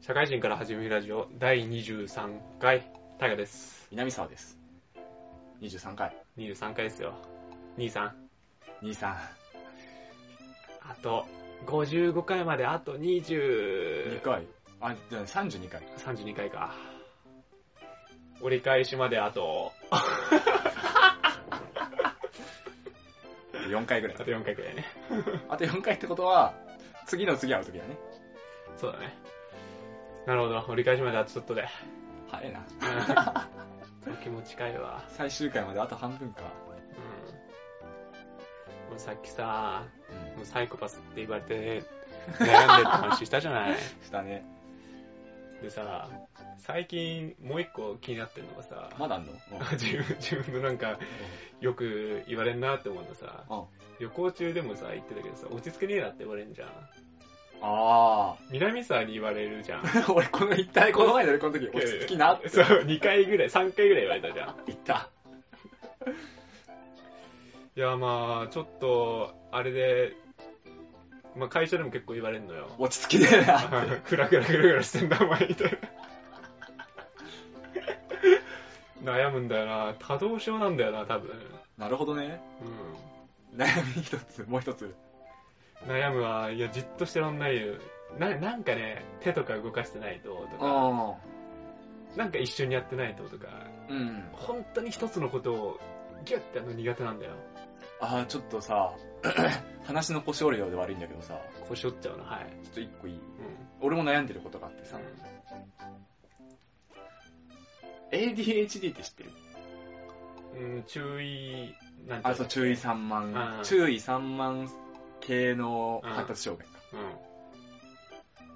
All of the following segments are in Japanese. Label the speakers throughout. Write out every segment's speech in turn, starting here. Speaker 1: 社会人から始めるラジオ第23回、タイガです。
Speaker 2: 南沢です。23回。
Speaker 1: 23回ですよ。兄さん、
Speaker 2: 23。
Speaker 1: あと55回まであと
Speaker 2: 2
Speaker 1: 20、
Speaker 2: 回。あ、じゃあ32回。
Speaker 1: 32回か。折り返しまであと、
Speaker 2: 4回ぐらい
Speaker 1: あ。と4回くらいね。
Speaker 2: あと4回ってことは、次の次会う時だね。
Speaker 1: そうだね。なるほど、折り返しまであとちょっとで。
Speaker 2: 早いな。
Speaker 1: うん気持ち近いわ。
Speaker 2: 最終回まであと半分か。
Speaker 1: うん。もうさっきさ、
Speaker 2: う
Speaker 1: もうサイコパスって言われて悩んでるって話したじゃない。
Speaker 2: ん。したね。
Speaker 1: でさ、最近もう一個気になってるのがさ、
Speaker 2: まだあんの
Speaker 1: 自分自分のなんかよく言われんなって思うのさ、
Speaker 2: うん
Speaker 1: 旅行中でもさ言ってたけどさ、落ち着けねえなって言われんじゃん。
Speaker 2: あ
Speaker 1: 南沢に言われる じゃん。
Speaker 2: ー。俺、この一体、この前の旅行の時、落ち着きなって
Speaker 1: そう、2回ぐらい、3回ぐらい言われたじゃん。
Speaker 2: 言った。
Speaker 1: いや、まあ、ちょっと、あれで、まあ会社でも結構言われんのよ。
Speaker 2: 落ち着きねえ な。
Speaker 1: ふらふらふらふらしてんだ、お前みたい な。悩むんだよな。多動症なんだよな、多分。
Speaker 2: なるほどね。
Speaker 1: う
Speaker 2: 悩み一つ、もう一つ。
Speaker 1: ん。悩むわ。いや、じっとしてらんないよ。な、なんかね、手とか動かしてないと、とか、なんか一緒にやってないと、とか、
Speaker 2: うん。
Speaker 1: 本当に一つのことを、ギュッてやるの苦手なんだよ。
Speaker 2: あー、ちょっとさ、 話の腰折るようで悪いんだけどさ、
Speaker 1: 腰折っちゃうな、はい。
Speaker 2: ちょっと一個いい。
Speaker 1: う
Speaker 2: 俺も悩んでることがあってさ、
Speaker 1: ん。
Speaker 2: ADHD って知ってる
Speaker 1: うん、注意、なんてい
Speaker 2: あ、そう、注意3万
Speaker 1: う、ん
Speaker 2: 注意3万系の
Speaker 1: うん
Speaker 2: 発達障害か。
Speaker 1: うん。
Speaker 2: い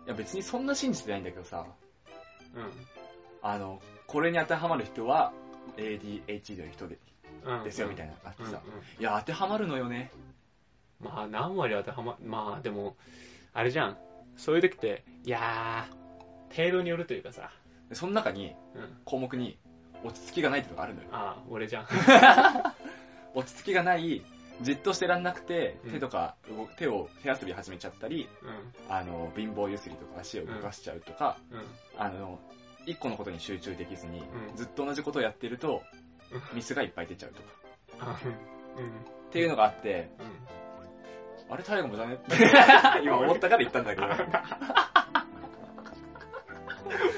Speaker 2: や、別にそんな信じてないんだけどさ、
Speaker 1: うん。
Speaker 2: あの、これに当てはまる人は ADHD の人で
Speaker 1: うん。
Speaker 2: ですよ、み
Speaker 1: い
Speaker 2: たいなのがあって
Speaker 1: うんうん
Speaker 2: さ、いや、当てはまるのよね。
Speaker 1: まあ何割当てはま、まあでも、あれじゃん。そういう時って、いやー、程度によるというかさ、
Speaker 2: でその中に、
Speaker 1: うん。
Speaker 2: 項目に、落ち着きがないってのがあるのよ。
Speaker 1: ああ、俺じゃん。
Speaker 2: 落ち着きがない、じっとしてらんなくて
Speaker 1: う、ん
Speaker 2: 手とか動、手を手遊び始めちゃったり、
Speaker 1: う
Speaker 2: あの、貧乏ゆすりとか足を動かしちゃうとか、
Speaker 1: ん。うん。
Speaker 2: あの、一個のことに集中できずに、
Speaker 1: うん
Speaker 2: ずっと同じことをやってると
Speaker 1: う、
Speaker 2: ミスがいっぱい出ちゃうとか。
Speaker 1: あうん。うん。
Speaker 2: っていうのがあって、
Speaker 1: うん。
Speaker 2: あれ、大悟もだねって 今思ったから言ったんだけ ど、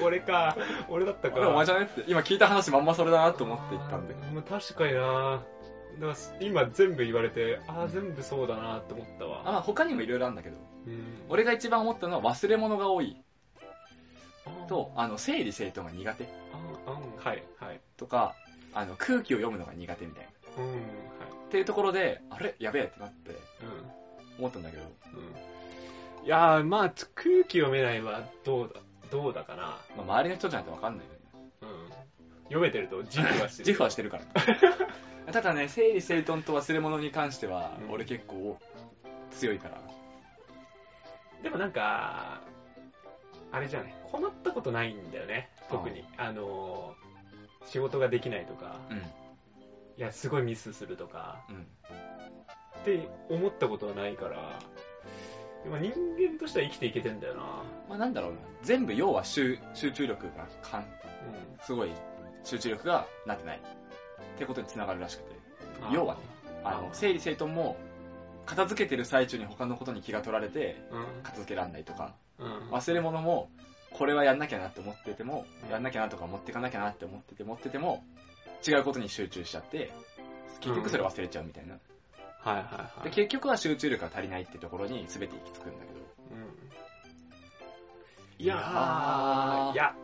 Speaker 1: 俺か、俺だった
Speaker 2: あ
Speaker 1: か。
Speaker 2: れ、お前じゃねって、今聞いた話まんまそれだなと思って言ったんだよ。
Speaker 1: もう確かになだから今全部言われて、ああ、全部そうだなって思った
Speaker 2: あ、
Speaker 1: わ。
Speaker 2: まあ、他にもいろいろあるんだけど、
Speaker 1: うん。
Speaker 2: 俺が一番思ったのは忘れ物が多い
Speaker 1: あ
Speaker 2: と、あの、整理整頓が苦手
Speaker 1: あ、あん、はい、はい。
Speaker 2: とか、あの、空気を読むのが苦手みたいな。
Speaker 1: うん、はい。
Speaker 2: っていうところで、あれ、やべえってなって
Speaker 1: うん。
Speaker 2: 思ったんだけど、
Speaker 1: うんいやー、まあ、つ空気読めないはどうだ、どうだかな。
Speaker 2: まあ、周りの人じゃないとわかんないよね。
Speaker 1: うん。読めてると自負はしてる。
Speaker 2: 自負はしてる から。ただね、整理整頓と忘れ物に関しては、
Speaker 1: うん
Speaker 2: 俺結構強いから。
Speaker 1: でもなんか、あれじゃない、困ったことないんだよね。特に。あのー、仕事ができないとか、
Speaker 2: うん。
Speaker 1: いや、すごいミスするとか、
Speaker 2: うん。
Speaker 1: って思ったことはないから、でも人間としては生きていけてんだよな。
Speaker 2: まあなんだろうな。全部要は集集中力がかん、すごい集中力がなってない。ってことにつながるらしくて。
Speaker 1: うん。
Speaker 2: 要はねあの、
Speaker 1: あ
Speaker 2: 整理整頓も、片付けてる最中に他のことに気が取られて、
Speaker 1: う
Speaker 2: 片付けらんないとか、
Speaker 1: ん。うん。
Speaker 2: 忘れ物も、これはやんなきゃなって思ってても
Speaker 1: う、ん
Speaker 2: やんなきゃなとか持ってかなきゃなって思ってて持ってても、違うことに集中しちゃって、結局それ忘れちゃうみたいな。
Speaker 1: はいはいはい。
Speaker 2: で結局は集中力が足りないってところに全て行き着くんだけど。
Speaker 1: うんいやー、い
Speaker 2: いや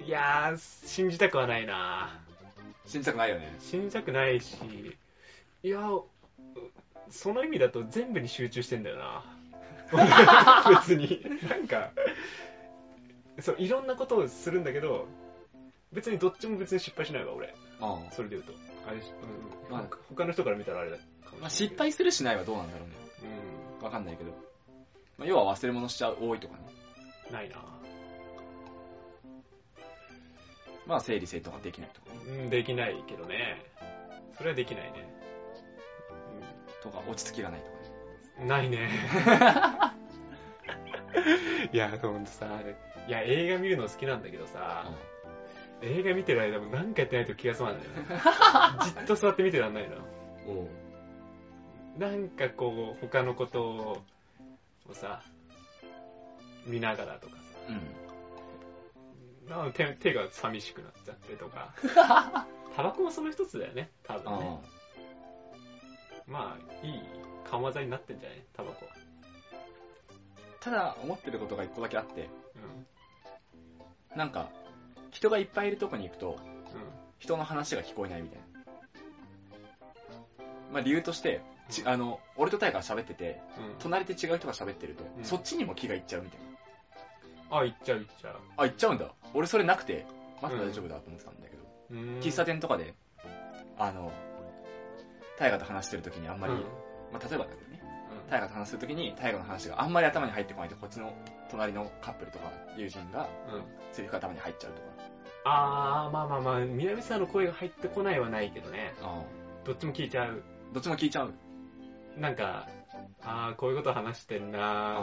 Speaker 1: や、いやー、信じたくはないな
Speaker 2: 信じたくないよね。
Speaker 1: 信じたくないし、いやー、その意味だと全部に集中してんだよ な別に。なんか、そう、いろんなことをするんだけど、別にどっちも別に失敗しないわ、俺。
Speaker 2: うん。
Speaker 1: それで言うと。あれし、うん、
Speaker 2: まあ
Speaker 1: 他の人から見たらあれだかもしれない。
Speaker 2: まあ、失敗するしないはどうなんだろうね。
Speaker 1: う
Speaker 2: わかんないけど。まあ、要は忘れ物しちゃう多いとかね。
Speaker 1: ん、ないな
Speaker 2: まあ整理整頓ができないとかね。
Speaker 1: うん、できないけどね。それはできないね。うん
Speaker 2: とか、落ち着きがないとかね。
Speaker 1: ないね。いやほんとさいや映画見るの好きなんだけどさ、映画見てる間も何かやってないと気が済まんだ よねじっと座って見てらんないの
Speaker 2: うん
Speaker 1: なんかこう他のことをさ見ながらとかさなんか手手が寂しくなっちゃってとかタバコもその一つだよね多分ね
Speaker 2: ああ
Speaker 1: まあいい緩和剤になってんじゃないタバコは、
Speaker 2: ただ思ってることが一個だけあって
Speaker 1: うん
Speaker 2: なんか人がいっぱいいるとこに行くと
Speaker 1: うん
Speaker 2: 人の話が聞こえないみたいなまあ理由としてちあの俺とタイが喋ってて
Speaker 1: うん、
Speaker 2: 隣で違う人が喋ってると、
Speaker 1: うん
Speaker 2: そっちにも気がいっちゃうみたいな
Speaker 1: あ行っちゃう行っちゃう
Speaker 2: あ行っちゃうんだ俺それなくてまだ大丈夫だと思ってたんだけど、
Speaker 1: うーん
Speaker 2: 喫茶店とかであの大河と話してる時にあんまり、
Speaker 1: うんうん
Speaker 2: まあ、例えばだけどね大河と話する時に大河の話があんまり頭に入ってこないとこっちの隣のカップルとか友人が
Speaker 1: うん
Speaker 2: セリフが頭に入っちゃうとか
Speaker 1: ああまあまあまあ南さんの声が入ってこないはないけどね
Speaker 2: あ
Speaker 1: どっちも聞いちゃう
Speaker 2: あどっちも聞いちゃう
Speaker 1: なんかああこういうこと話してんな
Speaker 2: あ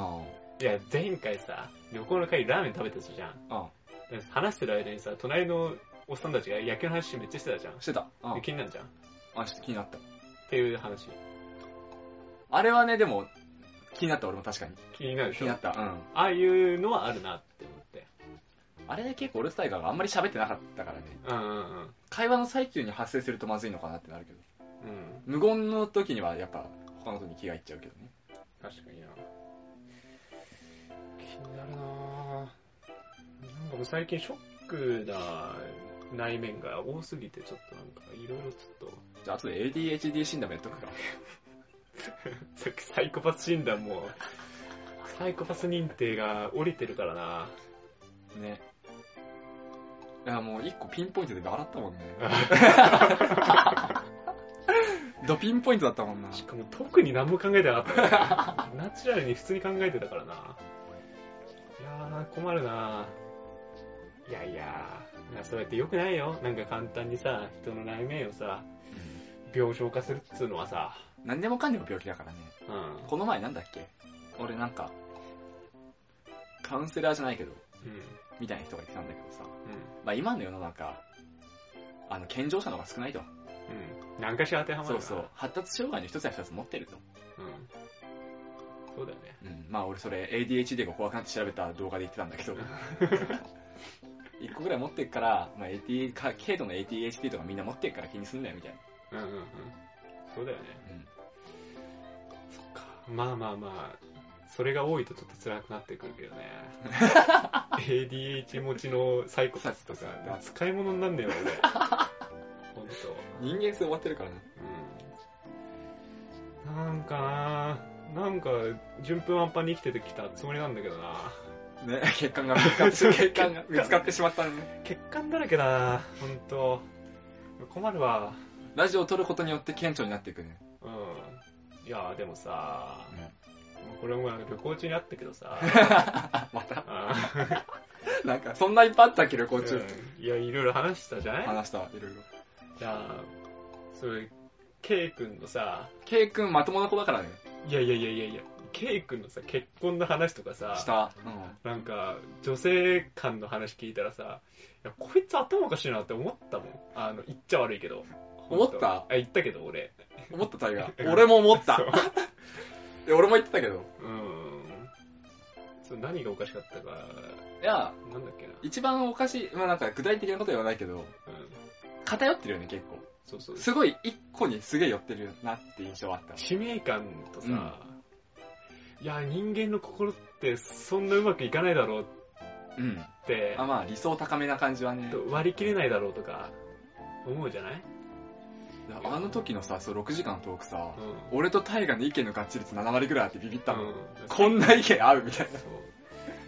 Speaker 1: ーいや前回さ旅行の帰りラーメン食べてたじゃん
Speaker 2: ああ
Speaker 1: で話してる間にさ隣のおっさんたちが野球の話めっちゃしてたじゃん
Speaker 2: あしてたあ
Speaker 1: で気になるじゃんっ
Speaker 2: ああちょっと気になった
Speaker 1: ていう話
Speaker 2: あれはねでも気になった俺も確かに
Speaker 1: 気になるで
Speaker 2: 気
Speaker 1: し
Speaker 2: に
Speaker 1: ょ
Speaker 2: な
Speaker 1: あ
Speaker 2: ったうん
Speaker 1: あいうのはあるなって思って
Speaker 2: あれね結構俺と大河があんまり喋ってなかったからね
Speaker 1: うんうんうん
Speaker 2: 会話の最中に発生するとまずいのかなってなるけど
Speaker 1: うん
Speaker 2: 無言の時にはやっぱ他のことに気がいっちゃうけどね
Speaker 1: 確かにな気になるなぁなんかもう最近ショックな内面が多すぎてちょっとなんかいろいろちょっと
Speaker 2: じゃあ後で ADHD 診断もやっとくか
Speaker 1: さっきサイコパス診断もサイコパス認定が降りてるからな
Speaker 2: ねいやもう一個ピンポイントで笑ったもんねドピンポイントだったもんな
Speaker 1: しかも特に何も考えてなかった、 ね、ナチュラルに普通に考えてたからないやー困るないやいやいやそうやってよくないよなんか簡単にさ人の内面をさ病床化するっつうのはさ
Speaker 2: 何でもかんでも病気だからね
Speaker 1: うん
Speaker 2: この前なんだっけ俺なんかカウンセラーじゃないけど
Speaker 1: うん
Speaker 2: みたいな人が言ってたんだけどさ、まあ、今の世の中あの健常者の方が少ないと
Speaker 1: うんうん何かしら当てはまる
Speaker 2: そ
Speaker 1: な
Speaker 2: うそう発達障害の一つや二つ持ってると、
Speaker 1: うんそうだよね
Speaker 2: うん、まあ俺それ ADHD が怖くなって調べた動画で言ってたんだけど一個ぐらい持ってっから、まあ、AD か軽度の ADHD とかみんな持ってっから気にすんなよみたいな、
Speaker 1: うんうんうんそうだよね
Speaker 2: うん、
Speaker 1: そっかまあまあまあそれが多いとちょっと辛くなってくるけ どね ADH 持ちのサイコパスとか
Speaker 2: サイコパス
Speaker 1: 使い物になんねえわ 俺ほんと
Speaker 2: 人間性終わってるからね
Speaker 1: うんなんかななんか順風満帆に生きててきたつもりなんだけどな
Speaker 2: ね 血管が見つかって血管が見つかってしまったね
Speaker 1: 欠陥だらけだなほんと困るわ
Speaker 2: ラジオを撮ることによって顕著になっていくね、
Speaker 1: うんいやでもさこれもなんか旅行中にあったけど さ
Speaker 2: あまた
Speaker 1: あ
Speaker 2: なんかそんないっぱいあったっけ旅行中、
Speaker 1: ーいやいろいろ話したじゃない
Speaker 2: 話したいろいろ
Speaker 1: じゃあ、それ、K 君のさ、
Speaker 2: K 君まともな子だからね
Speaker 1: いやいやいやいやいや、K 君のさ、結婚の話とか
Speaker 2: し
Speaker 1: さ、
Speaker 2: た、うん、
Speaker 1: なんか、女性間の話聞いたらさ、いや、こいつ頭おかしいなって思ったもん。あの、言っちゃ悪いけど。
Speaker 2: 思った
Speaker 1: あ、言ったけど、俺。
Speaker 2: 思ったタイガー 俺も思った
Speaker 1: そう
Speaker 2: いや俺も言ってたけど
Speaker 1: うーん。そう、何がおかしかったか、
Speaker 2: いや
Speaker 1: なんだっけな。
Speaker 2: 一番おかしいまあなんか具体的なことは言わないけど
Speaker 1: うん。
Speaker 2: 偏ってるよね結構
Speaker 1: そうそう。
Speaker 2: すごい一個にすげえ寄ってるなって印象はあった
Speaker 1: 使命感とさ、いや、人間の心ってそんなうまくいかないだろうっ
Speaker 2: うん
Speaker 1: て、
Speaker 2: あまあ理想高めな感じはね
Speaker 1: と割り切れないだろうとか思うじゃない、
Speaker 2: いやあの時のさそう6時間のトークさ
Speaker 1: うん
Speaker 2: 俺とタイガーの意見の合致率7割ぐらいあってビビったもん、
Speaker 1: うん
Speaker 2: こんな意見合うみたいな
Speaker 1: そ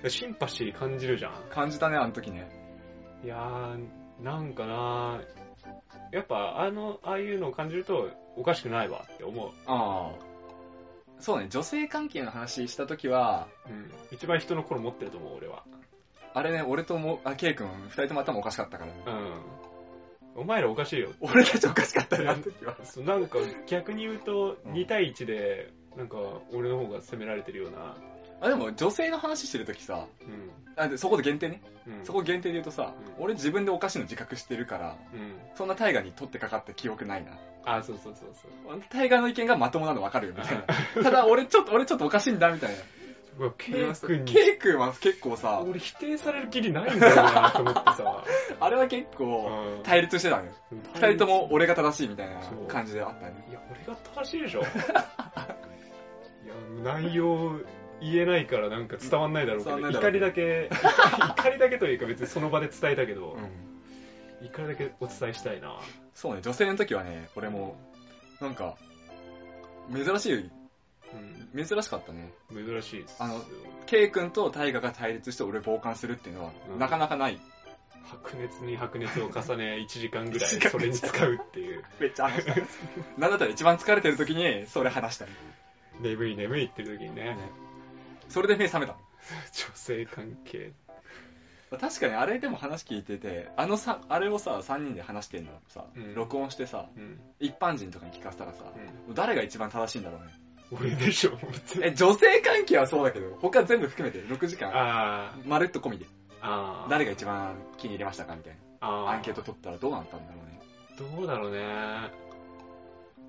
Speaker 1: うシンパシー感じるじゃん
Speaker 2: 感じたねあの時ね
Speaker 1: いやーなんかなやっぱあのああいうのを感じるとおかしくないわって思う、
Speaker 2: ああそうね女性関係の話した時は
Speaker 1: うん、一番人の心持ってると思う俺は
Speaker 2: あれね俺ともあケイ君2人とも頭おかしかったからね
Speaker 1: うんお前らおかしいよ
Speaker 2: 俺たちおかしかったねあの時は
Speaker 1: そうなんか逆に言うと
Speaker 2: うん
Speaker 1: 2対1でなんか俺の方が責められてるような
Speaker 2: あでも女性の話してるときさ
Speaker 1: うん
Speaker 2: あでそこで限定ね、
Speaker 1: うん
Speaker 2: そこ限定で言うとさ、
Speaker 1: うん
Speaker 2: 俺自分でお菓子の自覚してるから
Speaker 1: うん
Speaker 2: そんな大河に取ってかかって記憶ないな
Speaker 1: あそうそうそうそう
Speaker 2: 大河の意見がまともなの分かるよみたいな ただ俺ちょっと俺ちょっとおかしいんだみたいな
Speaker 1: うわケイ君に
Speaker 2: ケイ君は結構さ
Speaker 1: 俺否定される気にないんだよなと思って さ
Speaker 2: あれは結構対立してたのよ
Speaker 1: うん
Speaker 2: 二人とも俺が正しいみたいな
Speaker 1: そう
Speaker 2: 感じであったよね
Speaker 1: いや俺が正 しいでしょいや内容言えないからなんか伝わんないだろうけど
Speaker 2: 伝わんないだ
Speaker 1: 怒
Speaker 2: ろう
Speaker 1: りだけ 怒りだけというか別にその場で伝えたけど、
Speaker 2: うん
Speaker 1: 怒りだけお伝えしたいな
Speaker 2: そうね女性の時はね俺もなんか珍しい
Speaker 1: うん
Speaker 2: 珍しかったね
Speaker 1: 珍しいです
Speaker 2: あのケイ君と大河が対立して俺傍観するっていうのは
Speaker 1: うん
Speaker 2: なかなかない、
Speaker 1: 白熱に白熱を重 ね1時間ぐらい
Speaker 2: 一時間
Speaker 1: それに使うっていう
Speaker 2: めっちゃ話した なんだったら一番疲れてる時にそれ話したね
Speaker 1: 眠い眠いってる時に ね
Speaker 2: それで目覚めた
Speaker 1: 女性関係
Speaker 2: 確かにあれでも話聞いててあのさあれをさ3人で話してんのさ、
Speaker 1: うん
Speaker 2: 録音してさ
Speaker 1: うん、
Speaker 2: 一般人とかに聞かせたらさ
Speaker 1: う
Speaker 2: 誰が一番正しいんだろうね
Speaker 1: ん、俺でしょもう全部
Speaker 2: え女性関係はそうだけど他全部含めて6時間
Speaker 1: あ
Speaker 2: まるっと込みで
Speaker 1: あああ
Speaker 2: 誰が一番気に入れましたかみたい
Speaker 1: あ
Speaker 2: なアンケート取ったらどうなったんだろうね
Speaker 1: どうだろうね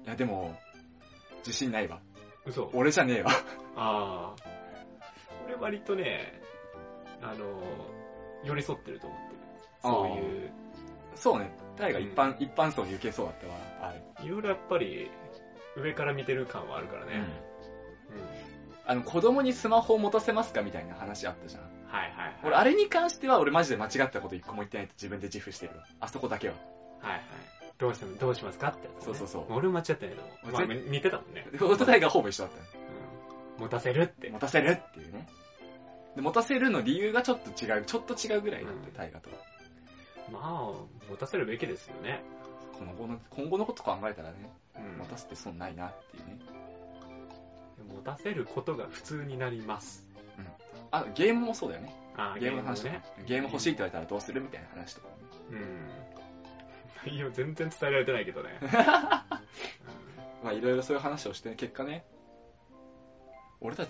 Speaker 2: いやでも自信ないわ
Speaker 1: 嘘
Speaker 2: 俺じゃねえわ
Speaker 1: ああ。俺割とね、あの、寄り添ってると思ってる。
Speaker 2: あー
Speaker 1: そういう。
Speaker 2: そうね誰が一般、一般層に受けそうだったわあれ、
Speaker 1: いろいろやっぱり、上から見てる感はあるからね。うん。
Speaker 2: あの子供にスマホを持たせますかみたいな話あったじゃん
Speaker 1: はいはいはい。
Speaker 2: 俺あれに関しては俺マジで間違ったこと一個も言ってないって自分で自負してるわあそこだけは
Speaker 1: はいはい。どうしたのどうしますかってやつね
Speaker 2: そうそうそう
Speaker 1: 俺も間違ってないと思う。まあ、
Speaker 2: 俺
Speaker 1: 似てたもんね。
Speaker 2: お互いがほぼ一緒だったね
Speaker 1: うん持たせるって。
Speaker 2: 持たせるっていうねで持たせるの理由がちょっと違うちょっと違うぐらいだって
Speaker 1: うん
Speaker 2: 大河とは
Speaker 1: まあ、持たせるべきですよね。
Speaker 2: 今後の今後のこと考えたらね
Speaker 1: うん
Speaker 2: 持たせて損ないなっていうね
Speaker 1: 持たせることが普通になります。
Speaker 2: あゲームもそうだよね
Speaker 1: あ
Speaker 2: ゲームの話とか
Speaker 1: ね。
Speaker 2: ゲーム欲しいって言われたらどうするみたいな話とか
Speaker 1: うん。内容全然伝えられてないけど ね。
Speaker 2: まあいろいろそういう話をして結果ね俺たち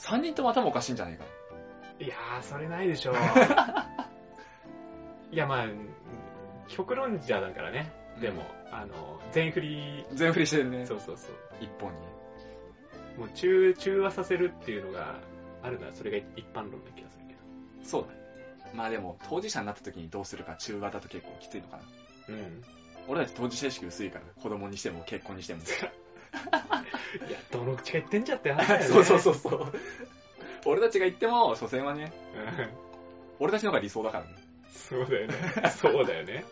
Speaker 2: 3人とも頭おかしいんじゃないか
Speaker 1: いやー、それないでし ょう。いや、まあ、極論者だからね。でも、あの、全振り、
Speaker 2: 全振りしてるね
Speaker 1: そうそうそう。
Speaker 2: 一本に
Speaker 1: もう中、中和させるっていうのがあるなら、それが一般論な気がするけ
Speaker 2: そうだねまあでも当事者になった時にどうするか中和だと結構きついのかな
Speaker 1: ど。うん。
Speaker 2: 俺たち当事者意識薄いから子供にしても結婚にしても
Speaker 1: いや、どの口が言ってんじゃって話だよね。
Speaker 2: そうそう
Speaker 1: う。
Speaker 2: そうそう俺たちが言っても所詮はね俺たちの方が理想だからね
Speaker 1: そうだよね。そうだよね。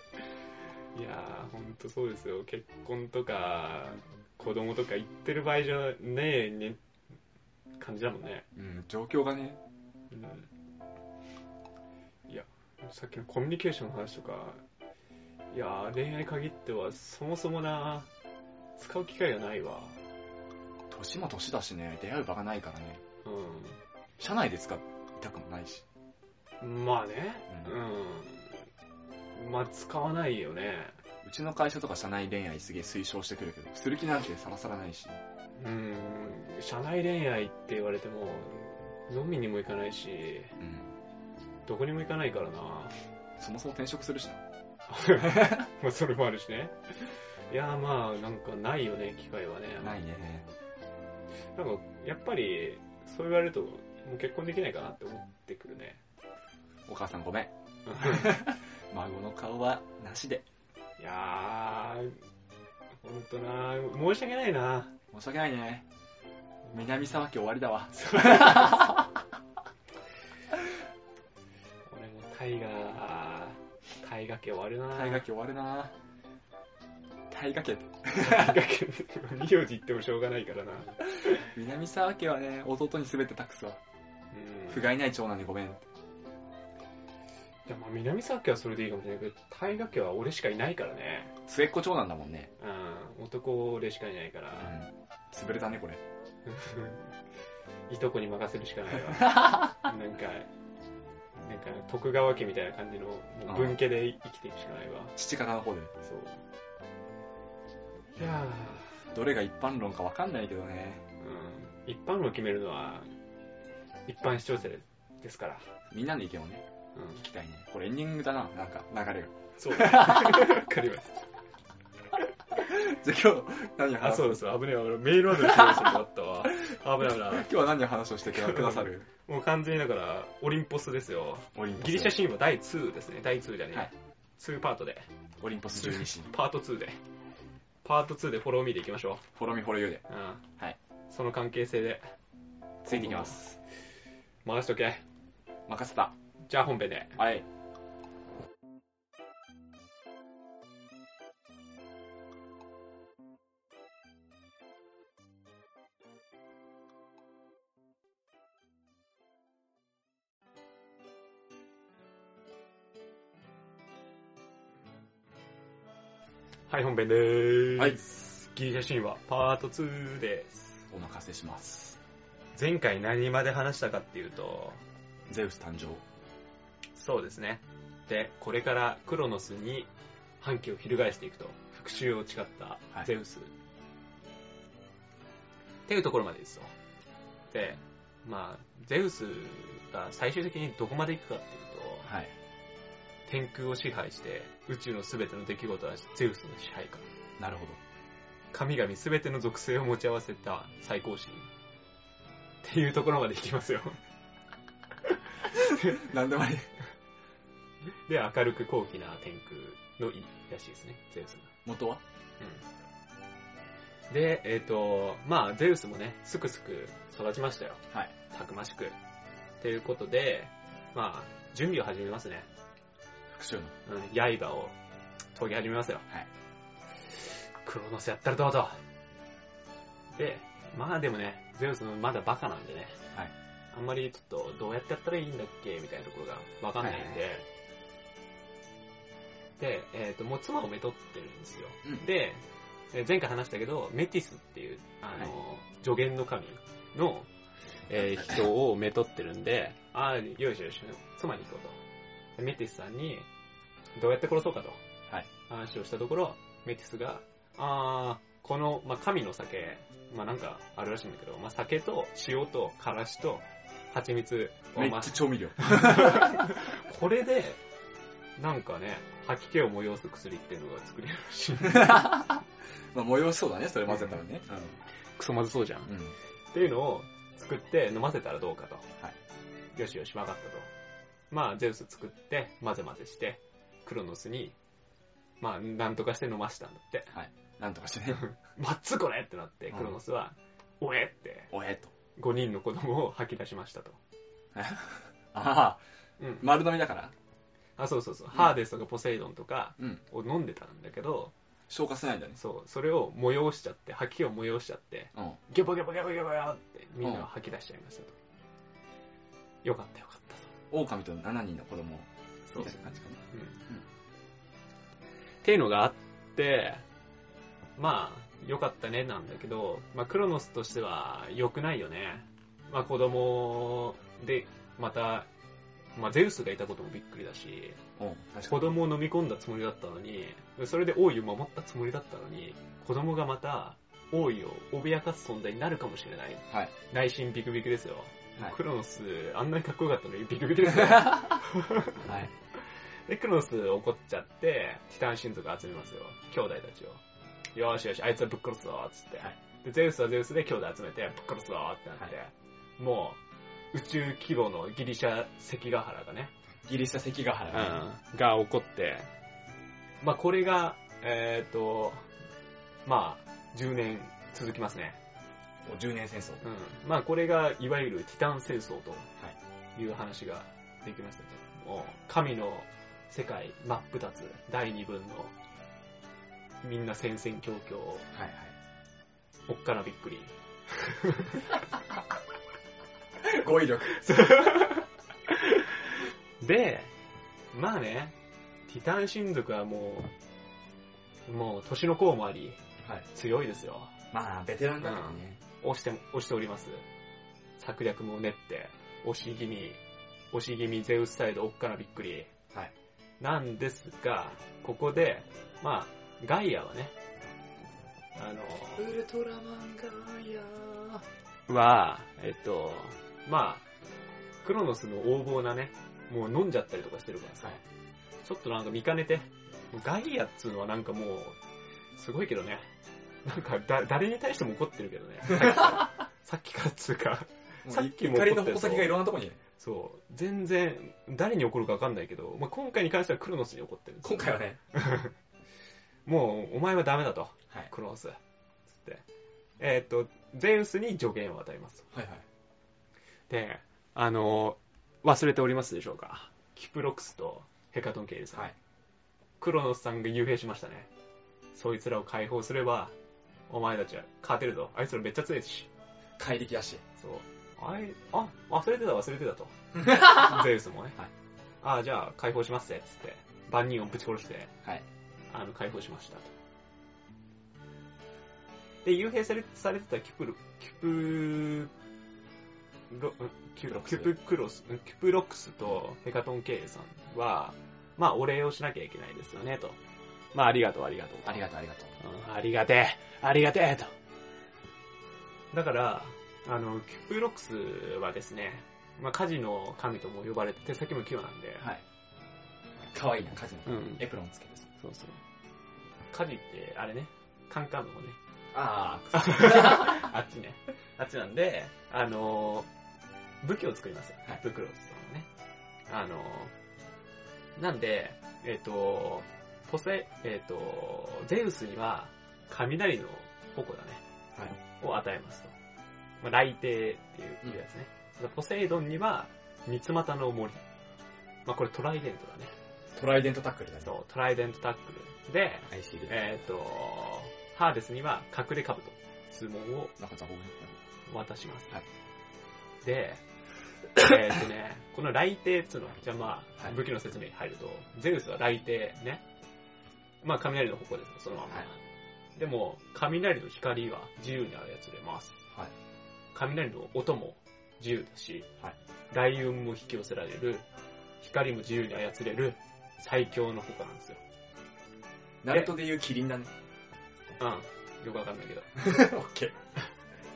Speaker 1: いやー、ほんとそうですよ。結婚とか、子供とか言ってる場合じゃねえ、ね、感じだもんね。
Speaker 2: うん状況がね
Speaker 1: いやさっきのコミュニケーションの話とかいや恋愛限ってはそもそもな使う機会がないわ
Speaker 2: 年も年だしね出会う場がないからね
Speaker 1: う
Speaker 2: 社内で使いたくもないし
Speaker 1: んまあね
Speaker 2: う
Speaker 1: うんまあ使わないよね
Speaker 2: うちの会社とか社内恋愛すげえ推奨してくるけどする気なんてさらさらないし
Speaker 1: うん社内恋愛って言われても飲みにも行かないし
Speaker 2: うん
Speaker 1: どこにも行かないからな
Speaker 2: そもそも転職するしな
Speaker 1: まあそれもあるしねいやまあなんかないよね機会はね
Speaker 2: ないね
Speaker 1: なんか、やっぱり、そう言われると、もう結婚できないかなって思ってくるね。
Speaker 2: お母さんご めん孫の顔はなしで
Speaker 1: いやー、ほんとな申し訳ないな
Speaker 2: 申し訳ないね南沢家終わりだわ
Speaker 1: 俺もタイガー、タイガ家終わるな
Speaker 2: 大河期終わるな大河家
Speaker 1: タイガ家、 名字言ってもしょうがないからな。
Speaker 2: 南沢家はね弟に全て託すわ
Speaker 1: うん。
Speaker 2: 不甲斐ない長男にごめん
Speaker 1: いや、まあ、南沢家はそれでいいかもしれないけど、タイガ家は俺しかいないからね。
Speaker 2: 末っ子長男だもんね
Speaker 1: うん、男俺しかいないか
Speaker 2: う
Speaker 1: ら、
Speaker 2: ん潰れたねこれ
Speaker 1: いとこに任せるしか ないわ。なんか、なんか、徳川家みたいな感じの、もう文家で生きていくしかないわ。
Speaker 2: 父方の方で
Speaker 1: そう。いや
Speaker 2: どれが一般論か分かんないけどね
Speaker 1: ー、うん。一般論を決めるのは、一般視聴者ですから、
Speaker 2: みんなの意見をね、
Speaker 1: うん
Speaker 2: 聞きたいね。これエンディングだな、なんか流れが。
Speaker 1: そうですわかりました
Speaker 2: じゃあ今日、何を
Speaker 1: あ
Speaker 2: 話す
Speaker 1: そうです危ねえ危ねえメールアドレス用意してもらったわ危ない危ない
Speaker 2: 今日は何を話をしてくださ る
Speaker 1: もう完全にだからオリンポスですよ
Speaker 2: オリンポス。
Speaker 1: ギリシャ神話第2ですね第2じゃねえ、
Speaker 2: はい
Speaker 1: 2パートで
Speaker 2: オリンポス十二神。
Speaker 1: パート2でパート2でフォローミーでいきましょ
Speaker 2: フォロミフォロユーで。
Speaker 1: う、うん
Speaker 2: はい
Speaker 1: その関係性で
Speaker 2: ついていきます。
Speaker 1: 回しとけ
Speaker 2: 任せた。
Speaker 1: じゃあ本編で
Speaker 2: はい。
Speaker 1: はい本編でーす、
Speaker 2: はい。
Speaker 1: ギリシャ神話パート2です
Speaker 2: お任せします。
Speaker 1: 前回何まで話したかっていうと
Speaker 2: ゼウス誕生。
Speaker 1: そうですねでこれからクロノスに反旗を翻していくと復讐を誓った
Speaker 2: はい
Speaker 1: ゼウス、っていうところまでですよでまあゼウスが最終的にどこまで行くかっていうと
Speaker 2: はい。
Speaker 1: 天空を支配して宇宙の全ての出来事はゼウスの支配下
Speaker 2: なるほど。
Speaker 1: 神々全ての属性を持ち合わせた最高神っていうところまで行きますよ
Speaker 2: 何でもあり。
Speaker 1: で明るく高貴な天空の意らしいですねゼウスが
Speaker 2: 元は
Speaker 1: うんで、えっ、と、まあ、ゼウスもね、すくすく育ちましたよ。
Speaker 2: はい。
Speaker 1: たくましく。ということで、まあ、準備を始めますね。
Speaker 2: 復讐の。
Speaker 1: うん、刃を研ぎ始めますよ。
Speaker 2: はい。
Speaker 1: クロノスやったらどうぞで、まあでもね、ゼウスのまだバカなんでね。
Speaker 2: はい。
Speaker 1: あんまりちょっと、どうやってやったらいいんだっけみたいなところがわかんないんで。
Speaker 2: は
Speaker 1: で、えっ、と、もう妻をめとってるんですよ。
Speaker 2: うん
Speaker 1: で、えー前回話したけど、メティスっていう、あの、助言の神の、えー人をめとってるんで、ああ、よいしょよいしょ、妻に行こうと。でメティスさんに、どうやって殺そうかと、
Speaker 2: はい
Speaker 1: 話をしたところ、メティスが、ああ、この、まあ、神の酒、まあ、なんかあるらしいんだけど、まあ、酒と塩とからしと蜂蜜を
Speaker 2: めっ
Speaker 1: まあ
Speaker 2: ちゃ 調味料。
Speaker 1: これで、なんかね、吐き気を催す薬っていうのが作れるらしい。
Speaker 2: まあ、催しそうだね、それ混ぜたらね。
Speaker 1: クソまずそうじゃん。
Speaker 2: うん。うん。
Speaker 1: っていうのを作って飲ませたらどうかと。
Speaker 2: は
Speaker 1: よしよし、わかったと。まあ、ゼウス作って、混ぜ混ぜして、クロノスに、まあ、なんとかして飲ましたんだって。
Speaker 2: なんとかしてね。
Speaker 1: まっつこれってなって、
Speaker 2: うん
Speaker 1: クロノスは、おえって、
Speaker 2: おえっと。
Speaker 1: 5人の子供を吐き出しましたと。
Speaker 2: ああ、
Speaker 1: うん。
Speaker 2: 丸飲みだから。
Speaker 1: あ、そうそうそう。ハーデスとかポセイドンとか
Speaker 2: うん。
Speaker 1: を飲んでたんだけど、
Speaker 2: 消化せないんだね。
Speaker 1: そう、それを催しちゃって、吐き気を催しちゃって、
Speaker 2: うん。
Speaker 1: ギョボギョボギョボギョボギョってみんな吐き出しちゃいましたと。よかったよかったと。
Speaker 2: 狼と7人の子供を。
Speaker 1: そう
Speaker 2: みたいな感じかね。
Speaker 1: うんっていうのがあって、まあ、良かったねなんだけど、まあ、クロノスとしては良くないよね。まあ、子供で、また、まあ、ゼウスがいたこともびっくりだし、
Speaker 2: うん。確か
Speaker 1: 子
Speaker 2: に。
Speaker 1: 供を飲み込んだつもりだったのに、それで王位を守ったつもりだったのに、子供がまた王位を脅かす存在になるかもしれない。
Speaker 2: はい。
Speaker 1: 内心ビクビクですよ。
Speaker 2: はい
Speaker 1: クロノス、あんなにかっこよかったのにビクビクですよ。
Speaker 2: はい。
Speaker 1: で、クロノス怒っちゃって、ティタン神族集めますよ。兄弟たちを。よーしよし、あいつはぶっ殺すぞーっつって、
Speaker 2: はい
Speaker 1: で、ゼウスはゼウスで兄弟集めて、ぶっ殺すぞーってなって、もう、宇宙規模のギリシャ関ヶ原がね、
Speaker 2: ギリシャ関ヶ原ね。
Speaker 1: が起こって、まあこれが、えっ、と、まあ、10年続きますね。
Speaker 2: お10年戦争。
Speaker 1: うん、まあこれがいわゆるティタン戦争という話ができましたけどもう神の世界真っ二つ第二分のみんな戦々恐々
Speaker 2: はいはい。
Speaker 1: おっかなびっくり
Speaker 2: 語 彙力。
Speaker 1: でまあねティタン神族はもうもう年の功もあり
Speaker 2: はい。
Speaker 1: 強いですよ
Speaker 2: まあ、ベテランだからね。
Speaker 1: 押して、押しております。策略も練って、押し気味、押し気味ゼウスサイド、おっかなびっくり。
Speaker 2: はい。
Speaker 1: なんですが、ここで、まあ、ガイアはね、あ
Speaker 2: ウ
Speaker 1: の、
Speaker 2: ルトラマンガイア
Speaker 1: は、えっと、まあ、クロノスの横暴なね、もう飲んじゃったりとかしてるからさ、
Speaker 2: はい
Speaker 1: ちょっとなんか見かねて、もうガイアっつうのはなんかもう、すごいけどね。なんかだ、誰に対しても怒ってるけど ね。さっきからっつうか、
Speaker 2: もう
Speaker 1: さっきも
Speaker 2: 怒りの
Speaker 1: 怒ってた
Speaker 2: 矛
Speaker 1: ぞ
Speaker 2: 先がいろんなとこに
Speaker 1: そう、全然、誰に怒るかわかんないけど、まあ、今回に関してはクロノスに怒ってるんですよ
Speaker 2: 今回はね、
Speaker 1: もう、お前はダメだと、
Speaker 2: はい、
Speaker 1: クロノス。つって。えーっと、ゼウスに助言を与えます。
Speaker 2: はいはい
Speaker 1: で、あの、忘れておりますでしょうか。キプロクスとヘカトンケイルさん。
Speaker 2: はい
Speaker 1: クロノスさんが幽閉しましたね。そいつらを解放すれば、お前たちは勝てるぞ。あいつらめっちゃ強いし。
Speaker 2: 怪力だし
Speaker 1: そう。あい、あ、忘れてた忘れてたと。 ゼウスもね。
Speaker 2: はい
Speaker 1: あじゃあ解放しますぜ、つって。万人をぶち殺して、
Speaker 2: はい
Speaker 1: あの、解放しましたと。で、幽閉されされてたキプロ、キプロ、んキュキュプクロス、んキュプロックスとヘカトンケイさんは、まあ、お礼をしなきゃいけないですよね、と。まあ、ありがとう、ありがとう。
Speaker 2: ありがとうありがとう
Speaker 1: うんありがてえ、ありがてえと。だから、あの、キュプロックスはですね、まあ、家事の神とも呼ばれて、手先も器用なんで、
Speaker 2: はい可愛いなカジ
Speaker 1: う
Speaker 2: ノ、
Speaker 1: ん
Speaker 2: エプロンつけてさ
Speaker 1: そうそう。家事って、あれね、カンカンの方ね、
Speaker 2: ああ
Speaker 1: あっちね、あっちなんで、あの、武器を作りますよ
Speaker 2: はい、
Speaker 1: ブクロスとのね。あの、なんで、えっ、と、ポセ、えっ、と、ゼウスには、雷の矛だね。
Speaker 2: はい
Speaker 1: を与えますと。まあ、雷帝っていうやつね。ポセイドンには、三つ股の森。まあ、これトライデントだね。
Speaker 2: トライデントタックルだぞ
Speaker 1: そう、トライデントタックル。で、
Speaker 2: IC で
Speaker 1: えっ、と、ハーデスには隠れ兜、通問を
Speaker 2: なんかザボブ
Speaker 1: 渡します。
Speaker 2: はい
Speaker 1: で、えっ、と ね、この雷帝っていうのは、じゃあまあ、
Speaker 2: はい
Speaker 1: 武器の説明に入ると、ゼウスは雷帝ね。まあ、雷の矛ですよ、そのまま。
Speaker 2: はい
Speaker 1: でも、雷の光は自由に操れます。
Speaker 2: はい
Speaker 1: 雷の音も自由だし、
Speaker 2: はい
Speaker 1: 雷雲も引き寄せられる、光も自由に操れる、最強の矛なんですよ。
Speaker 2: ナルトで言うキリンだね
Speaker 1: うん。よくわかんないけど。
Speaker 2: オッケー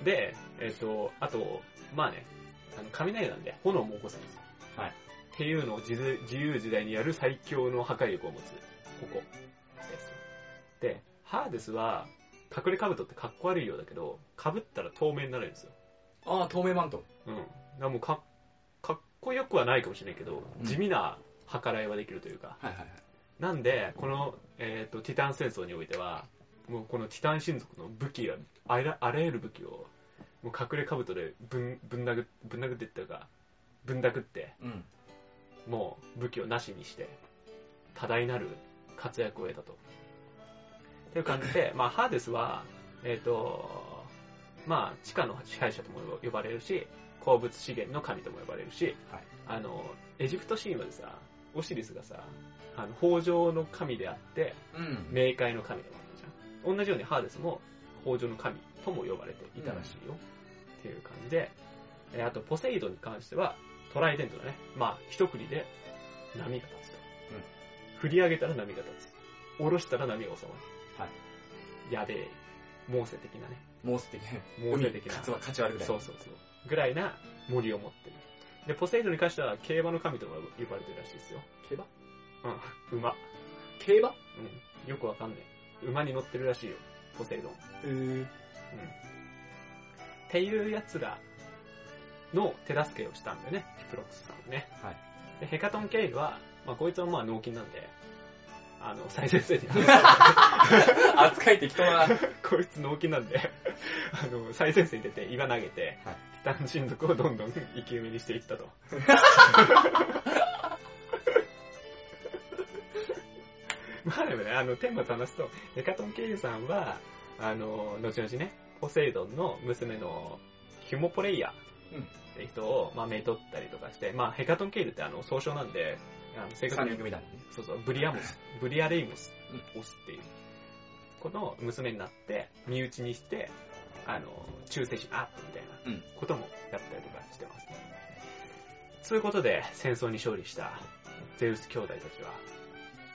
Speaker 1: で、えっ、と、あと、まあね、あの雷なんで炎も起こすんですよ。
Speaker 2: はい
Speaker 1: っていうのを自自由自在にやる最強の破壊力を持つ、ここ。ですで、ハーデスは、隠れ兜ってかっこ悪いようだけど、被ったら透明になるんですよ。
Speaker 2: ああ透明マント
Speaker 1: うん。だからもうか、かっこよくはないかもしれないけど、
Speaker 2: うん
Speaker 1: 地味な計らいはできるというか。
Speaker 2: はいはいはい
Speaker 1: なんで、この、えっ、と、ティタン戦争においては、もうこのティタン親族の武器や、あらあらゆる武器を、もう隠れ兜でぶん、ぶん殴っ、ぶん殴ってっていうか、ぶん殴って、
Speaker 2: うん
Speaker 1: もう武器をなしにして、多大なる活躍を得たと。という感じ で、まあ、ハーデスは、えっ、と、まあ、地下の支配者とも呼ばれるし、鉱物資源の神とも呼ばれるし、
Speaker 2: はい
Speaker 1: あの、エジプト神話でさ、オシリスがさ、あの、豊穣の神であって、
Speaker 2: うん
Speaker 1: 冥界の神でもあったじゃん。同じようにハーデスも豊穣の神とも呼ばれていたらしいよ。っていう感じで、えーあとポセイドンに関してはトライデントだね。まあ、一振りで波が立つと。
Speaker 2: うん
Speaker 1: 振り上げたら波が立つ。下ろしたら波が収まる。。
Speaker 2: はい
Speaker 1: やべえ。モーセ的なね。
Speaker 2: モース的な
Speaker 1: モーセ的な。
Speaker 2: カツはカチワルぐらい
Speaker 1: そうそうそう。ぐらいな森を持ってる。で、ポセイドンに関しては競馬の神とも呼ばれてるらしいですよ。
Speaker 2: 競馬
Speaker 1: うん。馬。
Speaker 2: 競馬
Speaker 1: うん。よくわかんない。馬に乗ってるらしいよ。ポセイドン。
Speaker 2: え ー
Speaker 1: っていうやつらの手助けをしたんだよね、キプロックスさんはね。
Speaker 2: はい
Speaker 1: で、ヘカトン・ケイルは、まあ、こいつはまあ、脳筋なんで、あの、最先 生に、
Speaker 2: 扱い適当な
Speaker 1: こいつ脳筋なんで、あの、最先生に出て、岩投げて、
Speaker 2: はい
Speaker 1: ティタン親族をどんどん生き埋めにしていった と。まあでもね、あの、天馬話すと、ヘカトン・ケイルさんは、あの、後々ね、ポセイドンの娘のヒュモポレイヤ
Speaker 2: うん
Speaker 1: って人を、まあ、めとったりとかして、まあ、ヘカトン・ケイルってあの、総称なんで、あの正
Speaker 2: 3
Speaker 1: 確
Speaker 2: 人
Speaker 1: に、
Speaker 2: 組だもんね
Speaker 1: そうそう、ブリアモス、ブリアレイモス、オスっていう、この娘になって、身内にして、あの、忠誠心アップみた
Speaker 2: う
Speaker 1: い
Speaker 2: ん
Speaker 1: なこともやったりとかしてますね。そういうことで、戦争に勝利したゼウス兄弟たちは、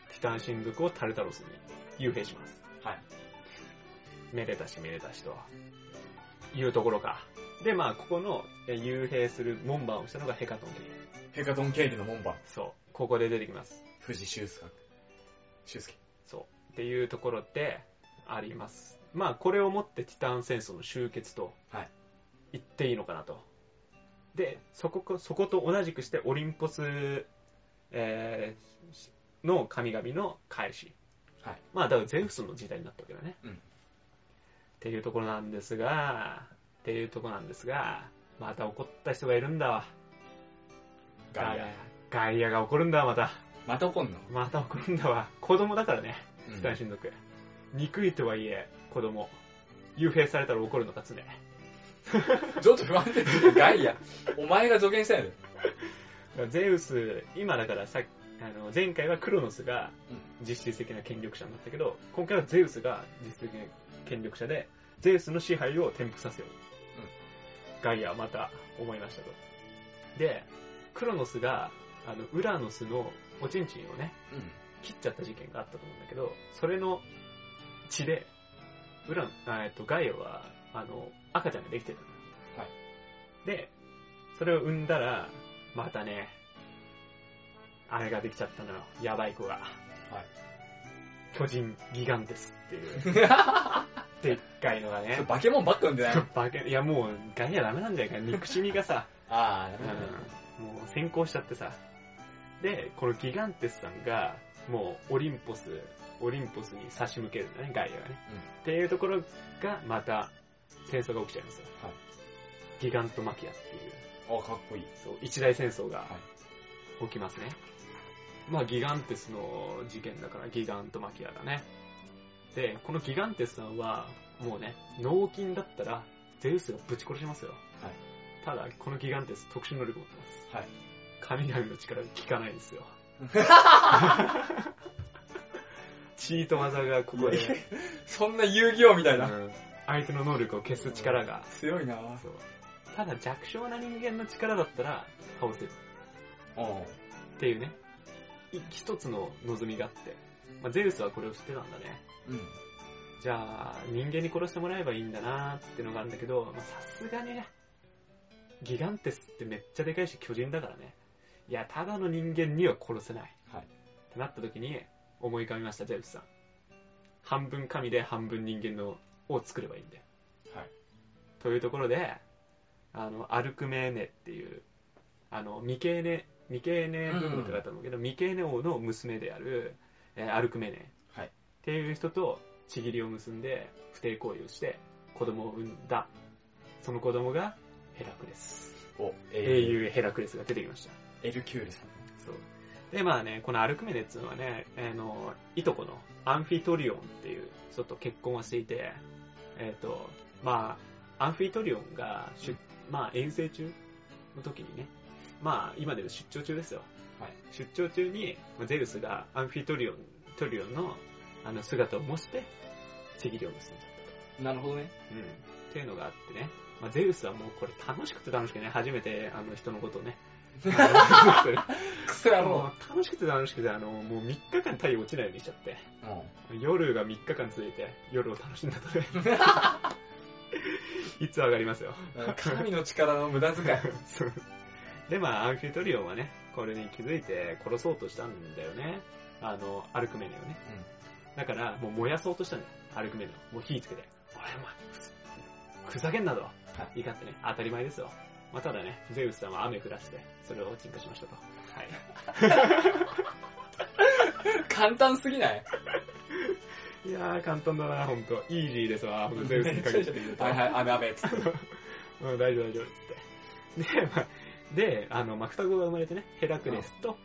Speaker 1: ティタン神族をタルタロスに幽閉します。
Speaker 2: はい
Speaker 1: めでたしめでたしと、いうところか。で、まあ、ここのえ幽閉する門番をしたのがヘカトン経理。
Speaker 2: ヘカトン経理の門番、
Speaker 1: そう。ここで出てきます。
Speaker 2: 藤修介。修介。
Speaker 1: そう。っていうところであります。まあ、これをもってティタン戦争の終結と
Speaker 2: はい
Speaker 1: 言っていいのかなと。で、そこそこと同じくしてオリンポス、えーの神々の開始。
Speaker 2: はい
Speaker 1: まあ、だからゼウスの時代になったわけだね。
Speaker 2: うん
Speaker 1: っていうところなんですが、っていうところなんですが、また怒った人がいるんだわ。
Speaker 2: ガイア。
Speaker 1: ガイアが怒るんだわ、また。
Speaker 2: また怒んの
Speaker 1: また怒るんだわ。子供だからね。
Speaker 2: う
Speaker 1: テ
Speaker 2: ん
Speaker 1: タン親族、憎いとはいえ子供幽閉されたら怒るのか常
Speaker 2: ちょっと不安定ですよガイア。お前が助言したんやで。
Speaker 1: ゼウス今だからさあの前回はクロノスが
Speaker 2: う
Speaker 1: 実質的な権力者になったけど今回はゼウスが実質的な権力者でゼウスの支配を転覆させよう、
Speaker 2: うん
Speaker 1: ガイアはまた思いましたとでクロノスがあのウラノスのおちんちんをね
Speaker 2: う
Speaker 1: 切っちゃった事件があったと思うんだけど、それの血で、ウラン、あえっと、ガイアは、あの、赤ちゃんができてたのよ
Speaker 2: はい
Speaker 1: で、それを産んだら、またね、あれができちゃったのよ。やばい子が。巨人ギガンテスっていう、
Speaker 2: ん。は
Speaker 1: でっかいのが
Speaker 2: い。そ
Speaker 1: ね
Speaker 2: れ。バケモンばっか読んでない
Speaker 1: そうバケいやもうガイアダメなんじゃないか憎しみがさ、
Speaker 2: ああ、
Speaker 1: うんもう先行しちゃってさ。で、このギガンテスさんが、もうオリンポス、オリンポスに差し向けるんだね、ガイアがね。
Speaker 2: うん
Speaker 1: っていうところが、また、戦争が起きちゃいますよ。
Speaker 2: はい
Speaker 1: ギガントマキアっていう、
Speaker 2: あかっこいい。
Speaker 1: そう、一大戦争が
Speaker 2: は
Speaker 1: 起きますね。まあ、ギガンテスの事件だから、ギガントマキアだね。で、このギガンテスさんは、もうね、脳筋だったら、ゼウスがぶち殺しますよ。
Speaker 2: はい
Speaker 1: ただ、このギガンテス特殊能力持ってます。
Speaker 2: はい。
Speaker 1: 神々の力効かないん ですよ。チート技がここで、
Speaker 2: そんな遊戯王みたいな。
Speaker 1: うん相手の能力を消す力が、
Speaker 2: 強いな
Speaker 1: そうただ弱小な人間の力だったら倒せる
Speaker 2: うん。
Speaker 1: っていうね、い一つの望みがあって、まあ、ゼウスはこれを知ってたんだね。
Speaker 2: うん。
Speaker 1: じゃあ、人間に殺してもらえばいいんだなーってのがあるんだけど、まあさすがにね、ギガンテスってめっちゃでかいし巨人だからね。いや、ただの人間には殺せない。
Speaker 2: はい
Speaker 1: ってなった時に、思い浮かびました、ゼウスさん。半分神で半分人間のを作ればいいんだよ。
Speaker 2: はい。
Speaker 1: というところで、あの、アルクメーネっていう、あの、ミケーネ、ミケーネ文明って書いてあるんだけど、ミケーネ王の娘である、えーアルクメーネ。
Speaker 2: はい
Speaker 1: っていう人と、ちぎりを結んで、不貞行為をして、子供を産んだ。その子供が、ヘラクレス。
Speaker 2: お、
Speaker 1: 英
Speaker 2: 英雄。
Speaker 1: 雄ヘラクレスが出てきました。
Speaker 2: エルキュールさん。
Speaker 1: そう。で、まあね、このアルクメネっていうのはね、あの、いとこのアンフィトリオンっていう人と結婚をしていて、えっ、と、まあ、アンフィトリオンが出、まあ、遠征中の時にね、まあ、今でも出張中ですよ。
Speaker 2: はい。
Speaker 1: 出張中に、まあゼウスがアンフィトリオン、トリオンの、あの、姿を模して、ちぎりを結んだ。
Speaker 2: なるほどね。
Speaker 1: うん。っていうのがあってね。まあ、ゼウスはもうこれ楽しくて楽しくてね、初めてあの人のこと をね。あの
Speaker 2: クソ野郎。
Speaker 1: 楽しくて楽しくて、あの、もう3日間太陽落ちないようにしちゃって、
Speaker 2: う
Speaker 1: 夜が3日間続いて、夜を楽しんだと ね。いつ上がりますよ。
Speaker 2: ん。神の力の無駄遣い。
Speaker 1: そうで、まあ、アンフィトリオンはね、これに気づいて殺そうとしたんだよね。あの、アルクメネをね。だから、もう燃やそうとしたんだよ。アルクメネを。もう火つけて。おい、お前、ふざふざけんなと。いかってね、当たり前ですよ。まあ、ただね、ゼウスさんは雨降らして、それを鎮火しましたと。はい。
Speaker 2: うん。 簡単すぎない
Speaker 1: いやー、簡単だな、ほんと。イージーですわ、ほんと、ゼウス にかけてみると。
Speaker 2: はいはい、雨雨っつって。
Speaker 1: うん、大丈夫、大丈夫、つって。で、まあ、で、あの、まあ、双子が生まれてね、ヘラクレスと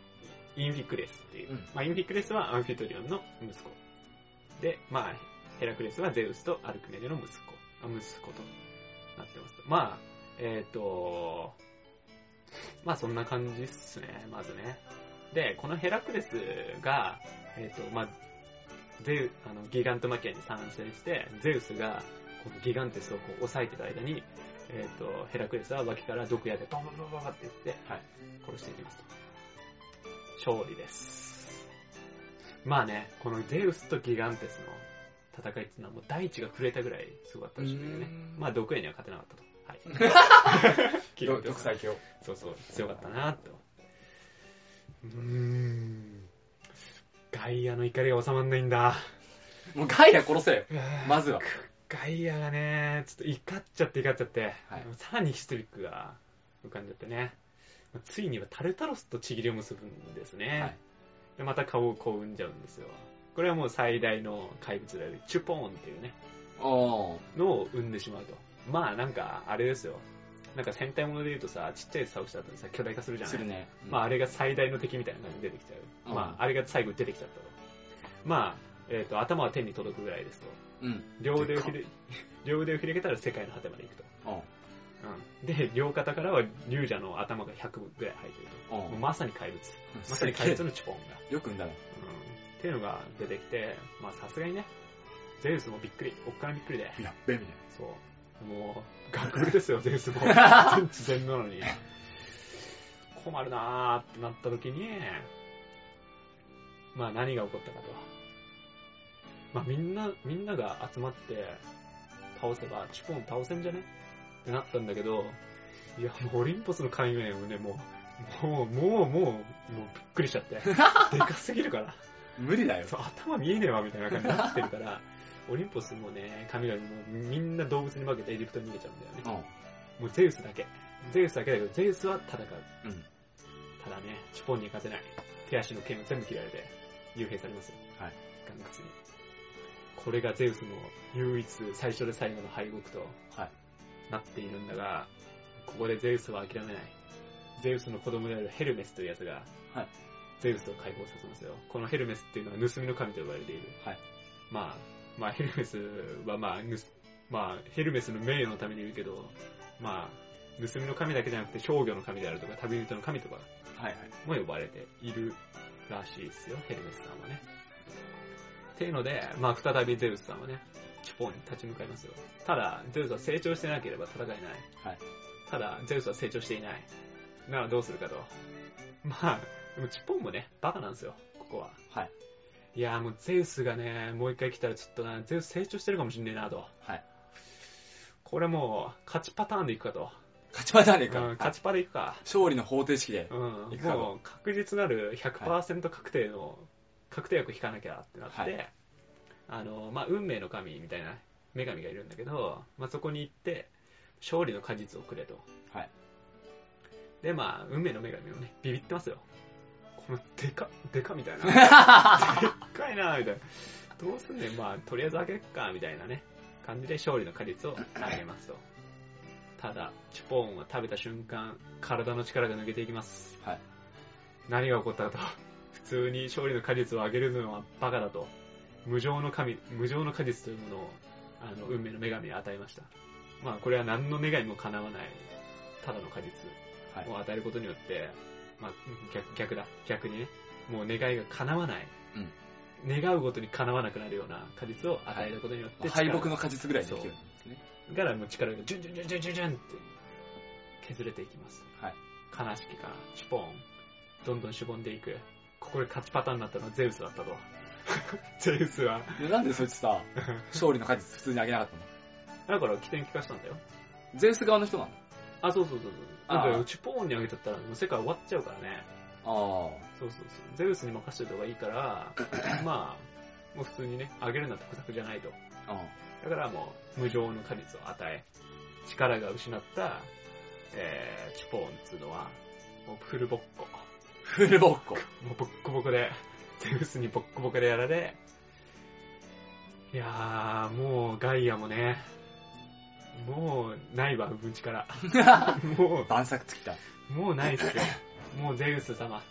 Speaker 1: インフィクレスっていう。
Speaker 2: うん
Speaker 1: まあ、インフィクレスはアンフィトリオンの息子。で、まあ、ヘラクレスはゼウスとアルクメデの息子。あ、息子となってますと。まあ、えっ、と、まあ、そんな感じっすね、まずね。で、このヘラクレスが、えっ、と、まあ、ゼウ、あの、ギガントマキアに参戦して、ゼウスが、このギガンテスをこう抑えてる間に、えっ、と、ヘラクレスは脇から毒矢でバババババって言って、
Speaker 2: はい
Speaker 1: 殺していきますと。勝利です。まあね、このゼウスとギガンテスの戦いっていうのはもう大地が震えたぐらいすごかったらしいんだよね。まあ毒矢には勝てなかったと。はい
Speaker 3: ど独裁教
Speaker 1: そうそう強かったなとうーんガイアの怒りが収まんないんだ
Speaker 2: もうガイア殺せよまずは
Speaker 1: ガイアがねちょっと怒っちゃって怒っちゃって、
Speaker 2: はい
Speaker 1: さらにヒストリックが浮かんじゃってねついにはタルタロスとちぎりを結ぶんですね、
Speaker 2: はい
Speaker 1: でまた顔をこう産んじゃうんですよこれはもう最大の怪物であるチュポーンっていうね
Speaker 2: おー
Speaker 1: のを生んでしまうとまあなんかあれですよなんか戦隊もので言うとさちっちゃい倒した後にさ巨大化するじゃな
Speaker 2: す
Speaker 1: い
Speaker 2: るね、うん
Speaker 1: まあ、あれが最大の敵みたいな感じで出てきちゃう、
Speaker 2: うん
Speaker 1: まあ、あれが最後出てきちゃったとまあ、えっと頭は天に届くぐらいですと
Speaker 2: うん
Speaker 1: 両腕を
Speaker 2: で
Speaker 1: ひれ両腕を広げたら世界の果てまで行くと、
Speaker 2: おう
Speaker 1: うん、で両肩からは龍者の頭が100ぐらい生えてる
Speaker 2: お
Speaker 1: と
Speaker 2: う
Speaker 1: もうまさに怪物まさに怪物のチュポンが、
Speaker 2: よくんだね
Speaker 1: うん、っていうのが出てきてまあさすがにねゼウスもびっくりおっかなびっくりで
Speaker 2: やっべみたい
Speaker 1: そう。もう、学部ですよ、ゼウスも。全知全能なのに。困るなーってなった時に、まあ何が起こったかと。まあみんな、みんなが集まって、倒せば、チュポン倒せんじゃねってなったんだけど、いや、もうオリンポスの海面をね、もう、もう、もう、もう、もうびっくりしちゃって。でかすぎるから。
Speaker 2: な無理だよ
Speaker 1: そう頭見えねえわみたいな感じになってるから、オリンポスもね、神々もみんな動物に負けてエジプトに逃げちゃうんだよね。
Speaker 2: おう
Speaker 1: もうゼウスだけ。ゼウスだけだけど、ゼウスは戦う。
Speaker 2: うん
Speaker 1: ただね、チュポンには勝てない。手足の剣を全部切られて、幽閉されますよ。
Speaker 2: はい。
Speaker 1: ガンガツに。これがゼウスの唯一、最初で最後の敗北と、
Speaker 2: はい
Speaker 1: なっているんだが、ここでゼウスは諦めない。ゼウスの子供であるヘルメスというやつが、
Speaker 2: はい
Speaker 1: ゼウスを解放させますよ。このヘルメスっていうのは盗みの神と呼ばれている。
Speaker 2: はい
Speaker 1: まあ、まあヘルメスはまあ、盗まあ、ヘルメスの名誉のために言うけど、まあ、盗みの神だけじゃなくて、商業の神であるとか、旅人の神とか
Speaker 2: はいはい
Speaker 1: も呼ばれているらしいですよ、ヘルメスさんはね。っていうので、まあ、再びゼウスさんはね、チュポンに立ち向かいますよ。ただ、ゼウスは成長してなければ戦えない。
Speaker 2: はい
Speaker 1: ただ、ゼウスは成長していない。ならどうするかと。まあ、でもチュポンもね、バカなんですよ、ここは。
Speaker 2: はい
Speaker 1: いやーもうゼウスがね、もう一回来たらちょっとな、ゼウス成長してるかもしんねえなと。
Speaker 2: はい
Speaker 1: これもう、勝ちパターンでいくかと。
Speaker 2: 勝ちパターンでいく
Speaker 1: う
Speaker 2: か
Speaker 1: ん、勝ちパでいくか。
Speaker 2: 勝利の方程式で
Speaker 1: うん、
Speaker 2: いくかと
Speaker 1: もう確実なる100%確定の、確定薬引かなきゃってなって、
Speaker 2: は
Speaker 1: あの、まあ、運命の神みたいな女神がいるんだけど、まあ、そこに行って、勝利の果実をくれと。
Speaker 2: はい
Speaker 1: で、まあ、運命の女神もね、ビビってますよ。このデカ、デカみたいな。 でっかいなみたいな。どうすんねん、まあ、とりあえず開けっか、みたいなね、感じで勝利の果実をあげますと。ただ、チュポーンは食べた瞬間、体の力が抜けていきます。
Speaker 2: はい
Speaker 1: 何が起こったかと。 普通に勝利の果実をあげるのはバカだと。無常の神、無常の果実というものを、あの、運命の女神に与えました。まあ、これは何の願いも叶わない、ただの果実。
Speaker 2: はい
Speaker 1: を与えることによって、まあ、逆逆だ逆にねもう願いが叶わない、願うごとに叶わなくなるような果実を与えることによって、
Speaker 2: 敗
Speaker 1: 力
Speaker 2: 北の果実ぐらいでできるんですね
Speaker 1: からもう力がジュンジュンジュンジュンジュンジュンって削れていきます、
Speaker 2: はい
Speaker 1: 悲しきかシュポーンどんどんしゅぼんでいくここで勝ちパターンになったのはゼウスだったと ゼウスは
Speaker 2: でなんでそいつ さ勝利の果実普通にあげなかったの
Speaker 1: だから起点聞かしたんだよ
Speaker 2: ゼウス側の人なの
Speaker 1: あそうそうそうそうだ
Speaker 2: あ
Speaker 1: か
Speaker 2: あ
Speaker 1: らチュポーンにあげちゃったらもう世界終わっちゃうからね
Speaker 2: あ
Speaker 1: そうそうそう。ゼウスに任せといた方がいい から、まあ、もう普通にね、あげるのは得策じゃないと。
Speaker 2: ああ
Speaker 1: だからもう、無常の果実を与え、力が失った、えー、チュポーンっつうのは、もうフルボッコ。
Speaker 2: フルボッコ
Speaker 1: もうボッコボコで、 ゼウスにボッコボコでやられ、いやー、もうガイアもね、もうないわ、うんち から。もう、
Speaker 2: 晩作尽きた
Speaker 1: もうないっすよ。もうゼウス様。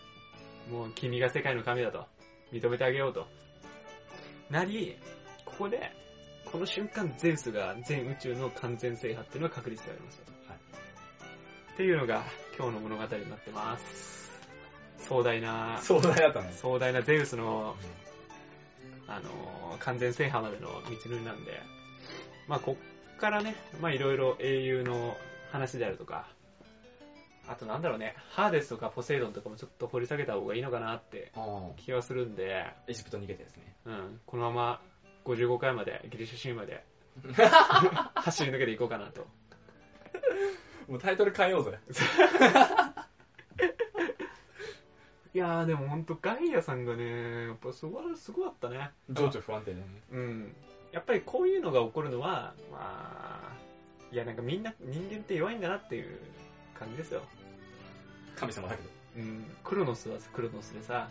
Speaker 1: もう君が世界の神だと。認めてあげようと。なり、ここで、この瞬間ゼウスが全宇宙の完全制覇っていうのが確立されました。
Speaker 2: はい
Speaker 1: っていうのが今日の物語になってます。壮大な、
Speaker 2: 壮大だったんです
Speaker 1: 壮大なゼウスの、あのー完全制覇までの道のりなんで、まあ、こっからね、まあ、いろいろ英雄の話であるとか、あとなんだろうね、ハーデスとかポセイドンとかもちょっと掘り下げた方がいいのかなって気はするんで、
Speaker 2: エジプト逃げてですね
Speaker 1: うん、このまま55回まで、ギリシャ神話で、走り抜けていこうかなと
Speaker 2: もうタイトル変えようぜ。
Speaker 1: いやーでもほんとガイアさんがねやっぱすごいすごかったね
Speaker 3: 情緒不安定だよね。
Speaker 1: うんやっぱりこういうのが起こるのはまあいやなんかみんな人間って弱いんだなっていう感じですよ
Speaker 2: 神様だけど。
Speaker 1: うんクロノスはさクロノスでさ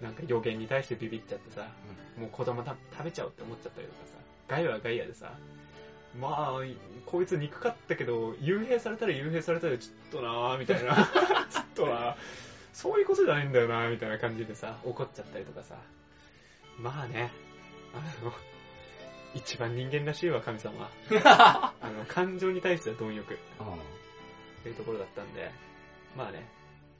Speaker 1: なんか予言に対してビビっちゃってさ、もう子供た食べちゃおうって思っちゃったりとかさガイアはガイアでさまあこいつ憎かったけど幽閉されたら幽閉されたらちょっとなーみたいなちょっとなーそういうことじゃないんだよなーみたいな感じでさ怒っちゃったりとかさまあねあの一番人間らしいわ神様あの感情に対しては貪欲というところだったんで、まあね、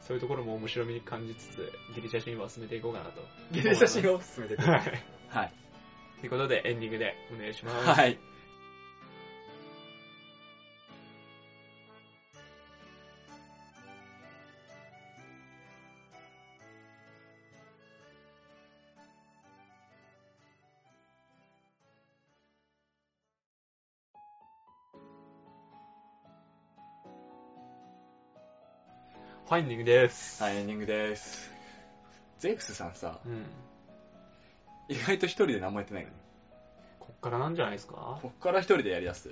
Speaker 1: そういうところも面白みに感じつつ、ギリシャ神話を進めていこうかなと。
Speaker 2: ギリシャ神話を進めていく。
Speaker 1: はい。
Speaker 2: はい。
Speaker 1: ということで、エンディングでお願いします。
Speaker 2: はい。
Speaker 1: はい、エンディングです。
Speaker 2: はい、エンディングです。ゼウスさんさ、
Speaker 1: うん。
Speaker 2: 意外と一人で何もやってないよね。
Speaker 1: こっからなんじゃないですか
Speaker 2: こっから一人でやりだす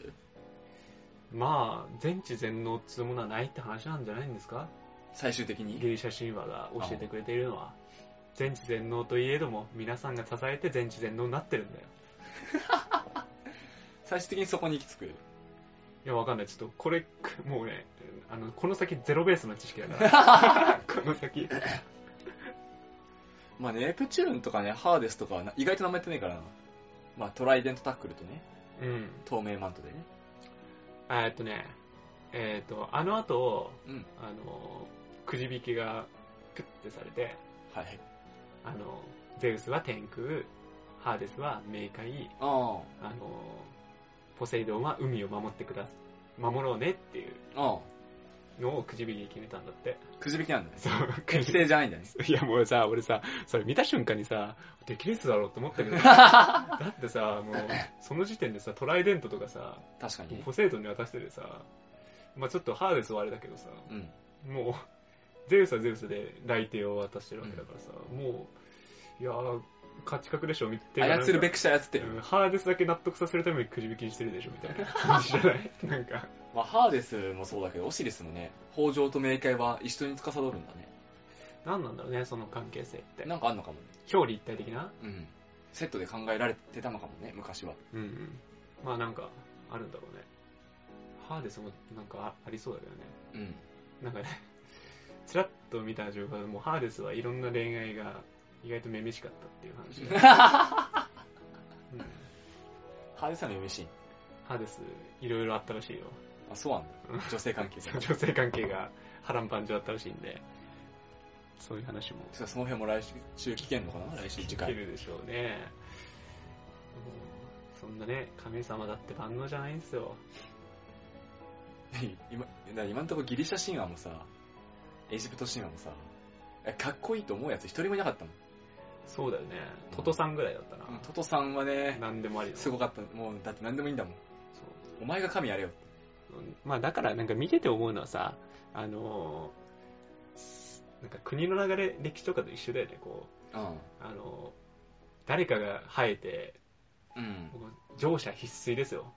Speaker 1: まあ、全知全能っつうものはないって話なんじゃないんですか
Speaker 2: 最終的に
Speaker 1: ギリシャ神話が教えてくれているのは。全知全能といえども、皆さんが支えて全知全能になってるんだよ。
Speaker 2: 最終的にそこに行き着く。
Speaker 1: いや、わかんない。ちょっと、これ、もうね、あの、この先ゼロベースの知識だ から。この先。
Speaker 2: まあね、ネプチューンとかね、ハーデスとかはな意外と何もやってないからな。まあトライデントタックルとね、
Speaker 1: うん。
Speaker 2: 透明マントでね。
Speaker 1: えーっとね、えーっと、あの後、
Speaker 2: うん
Speaker 1: あの、くじ引きがプッてされて、
Speaker 2: はい。
Speaker 1: あの、ゼウスは天空、ハーデスは冥界、
Speaker 2: あ
Speaker 1: あの、ポセイドンは海を守ってくだ、守ろうねっていう
Speaker 2: あ、ああ、
Speaker 1: のをくじ引きに決めたんだって。
Speaker 2: くじ引きなんだね。
Speaker 1: そう、く
Speaker 2: 適
Speaker 1: じ引
Speaker 2: 正じゃないんだね。
Speaker 1: き。いやもうさ、俺さ、それ見た瞬間にさ、できるやつだろうって思ったけ ど、だってさ、もう、その時点でさ、トライデントとかさ、
Speaker 2: 確かにね。
Speaker 1: ポセイドンに渡しててさ、まあちょっとハーデスはあれだけどさ、
Speaker 2: うん。
Speaker 1: もう、ゼウスはゼウスで雷帝を渡してるわけだからさ、もう、いやー、勝ち確でしょ、みたいな。
Speaker 2: 操るべ
Speaker 1: く
Speaker 2: くして操ってる。
Speaker 1: ハーデスだけ納得させるためにくじ引きにしてるでしょ、みたいな感じじゃない なんか、
Speaker 2: まあ、ハーデスもそうだけど、オシリスもね、北条と冥界は一緒に司るんだね。
Speaker 1: なんなんだろうね、その関係性って。
Speaker 2: なんかあんのかもね。
Speaker 1: 表裏一体的な
Speaker 2: うん。セットで考えられてたのかもね、昔は。
Speaker 1: うんうん。まあなんか、あるんだろうね。ハーデスもなんかあありそうだけどね。
Speaker 2: うん。
Speaker 1: なんかね、 ちらっと見た瞬間、もうハーデスはいろんな恋愛が意外とめめしかったっていう話で、 うん
Speaker 2: ハーデスさんの MC。
Speaker 1: ハーデス、いろいろあったらしいよ。
Speaker 2: あ、そうなんだ。女性関係。
Speaker 1: その女性関係が波乱万丈だったらしいんで、そういう話も
Speaker 2: そその辺も来週 聞けんのかな来週次
Speaker 1: 聞け
Speaker 2: 回。
Speaker 1: るでしょうね。うんそんなね、神様だって万能じゃないんですよ。
Speaker 2: 今、だ今んとこギリシャ神話もさ、エジプト神話もさ、えかっこいいと思うやつ一人もいなかったも
Speaker 1: そうだよね。トトさんぐらいだった
Speaker 2: ん。うん
Speaker 1: な。
Speaker 2: トトさんはね、
Speaker 1: 何でもありだ
Speaker 2: すごかった。もう、だって何でもいいんだもん。
Speaker 1: そう
Speaker 2: お前が神やれよ。
Speaker 1: まあだからなんか見てて思うのはさ、あのーなんか国の流れ、歴史とかと一緒だよね、こう、
Speaker 2: うん。
Speaker 1: あのー誰かが生えて、
Speaker 2: うん。
Speaker 1: こう乗車必須ですよ。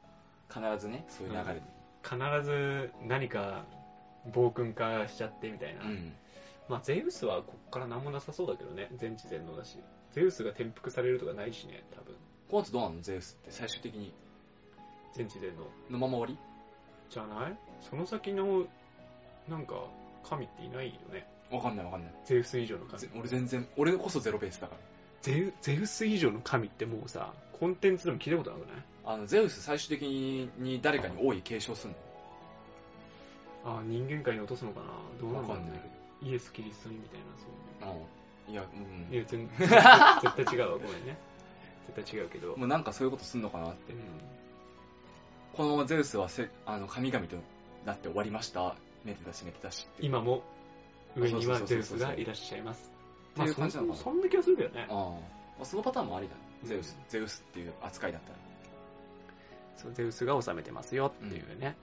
Speaker 2: 必ずね、そういう流れで。
Speaker 1: 必ず何か暴君化しちゃってみたいな。
Speaker 2: うん。
Speaker 1: まあゼウスはこっから何もなさそうだけどね、全知全能だし。ゼウスが転覆されるとかないしね、多分。
Speaker 2: コンツどうなのゼウスって最終的に
Speaker 1: 全知全能。
Speaker 2: のまま終わ
Speaker 1: じゃないその先の、なんか、神っていないよね。
Speaker 2: りわかんないわかんない。
Speaker 1: ゼウス以上の神
Speaker 2: ぜ。俺全然、俺こそゼロベースだか
Speaker 1: ゼウゼウス以上の神ってもうさコンテンツでも聞いたことなくない
Speaker 2: ら。あの、ゼウス最終的に誰かに王位継承すん
Speaker 1: ああ人間界に落とすのかなどう
Speaker 2: の
Speaker 1: な
Speaker 2: わ
Speaker 1: んだろ
Speaker 2: かんない。
Speaker 1: うイエス・キリストにみたいなそう
Speaker 2: うん。いや、うん。
Speaker 1: いういや 全絶対違うわごめんね絶対違うけど、
Speaker 2: もうなんかそういうことすんのかなって
Speaker 1: う。ん、
Speaker 2: このままゼウスはせあの神々となって終わりました。めでたしめでたしって。
Speaker 1: 今も上には
Speaker 2: そう
Speaker 1: ゼ
Speaker 2: そ
Speaker 1: ウス
Speaker 2: うそうそう
Speaker 1: がいらっしゃいます
Speaker 2: っていう
Speaker 1: まあ
Speaker 2: 感じなのかな
Speaker 1: そんそんな気がするんだよね
Speaker 2: ああまあ。そのパターンもありだね。ゼウス
Speaker 1: う、
Speaker 2: ゼウスっていう扱いだったら。
Speaker 1: そうゼウスが治めてますよっていうね、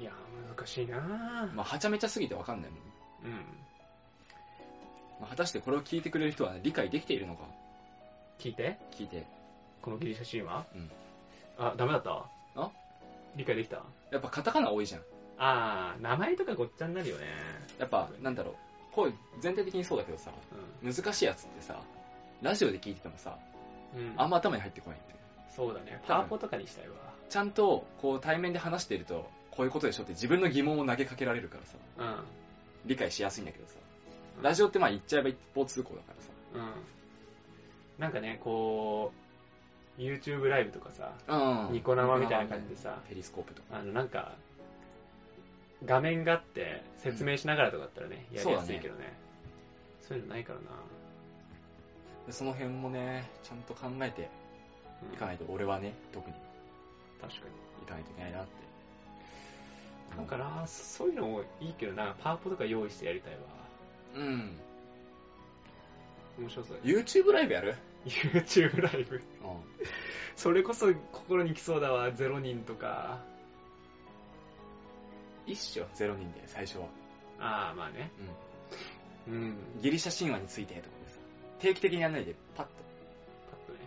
Speaker 1: いやー難しいなー、
Speaker 2: まあ、はちゃめちゃすぎてわかんないもん。
Speaker 1: うん
Speaker 2: まあ、果たしてこれを聞いてくれる人は理解できているのか
Speaker 1: 聞いて
Speaker 2: 聞いて。
Speaker 1: このギリシャ神話、
Speaker 2: うん
Speaker 1: あダメだった
Speaker 2: あ
Speaker 1: 理解できた
Speaker 2: やっぱカタカナ多いじゃん。
Speaker 1: あー名前とかごっちゃになるよね
Speaker 2: やっぱ、なんだろう。こう、全体的にそうだけどさ、難しいやつってさ、ラジオで聞いててもさ、
Speaker 1: うん、うん、
Speaker 2: あんま頭に入ってこないんだよね
Speaker 1: そうだねパワポとかにしたいわ
Speaker 2: ちゃんと、こう、対面で話していると、こういうことでしょって自分の疑問を投げかけられるからさ、
Speaker 1: うん
Speaker 2: 理解しやすいんだけどさ。
Speaker 1: うん
Speaker 2: ラジオってまあ言っちゃえば一方通行だからさ。
Speaker 1: うんなんかねこう YouTube ライブとかさ
Speaker 2: うん
Speaker 1: ニコ生みたいな感じでさ
Speaker 2: ペリスコープとか。
Speaker 1: あのなんか画面があって説明しながらとかだったらね、やりやすいけどねそういうのないからな、
Speaker 2: でその辺もね、ちゃんと考えて
Speaker 1: うん
Speaker 2: いかないと、俺はね、特に
Speaker 1: 確か
Speaker 2: いかないといけないなって。
Speaker 1: にだからそういうのもいいけどなパワポとか用意してやりたいわ
Speaker 2: うん。
Speaker 1: 面白そう
Speaker 2: YouTube ライブやる
Speaker 1: YouTube ライブ
Speaker 2: う
Speaker 1: それこそ心に来そうだわ0人とか
Speaker 2: ん。一緒、ゼロ人で、最初は。
Speaker 1: ああまあね
Speaker 2: う
Speaker 1: うん
Speaker 2: ん。ギリシャ神話についてとかでさ、定期的にやんないで、パッと。
Speaker 1: パッとね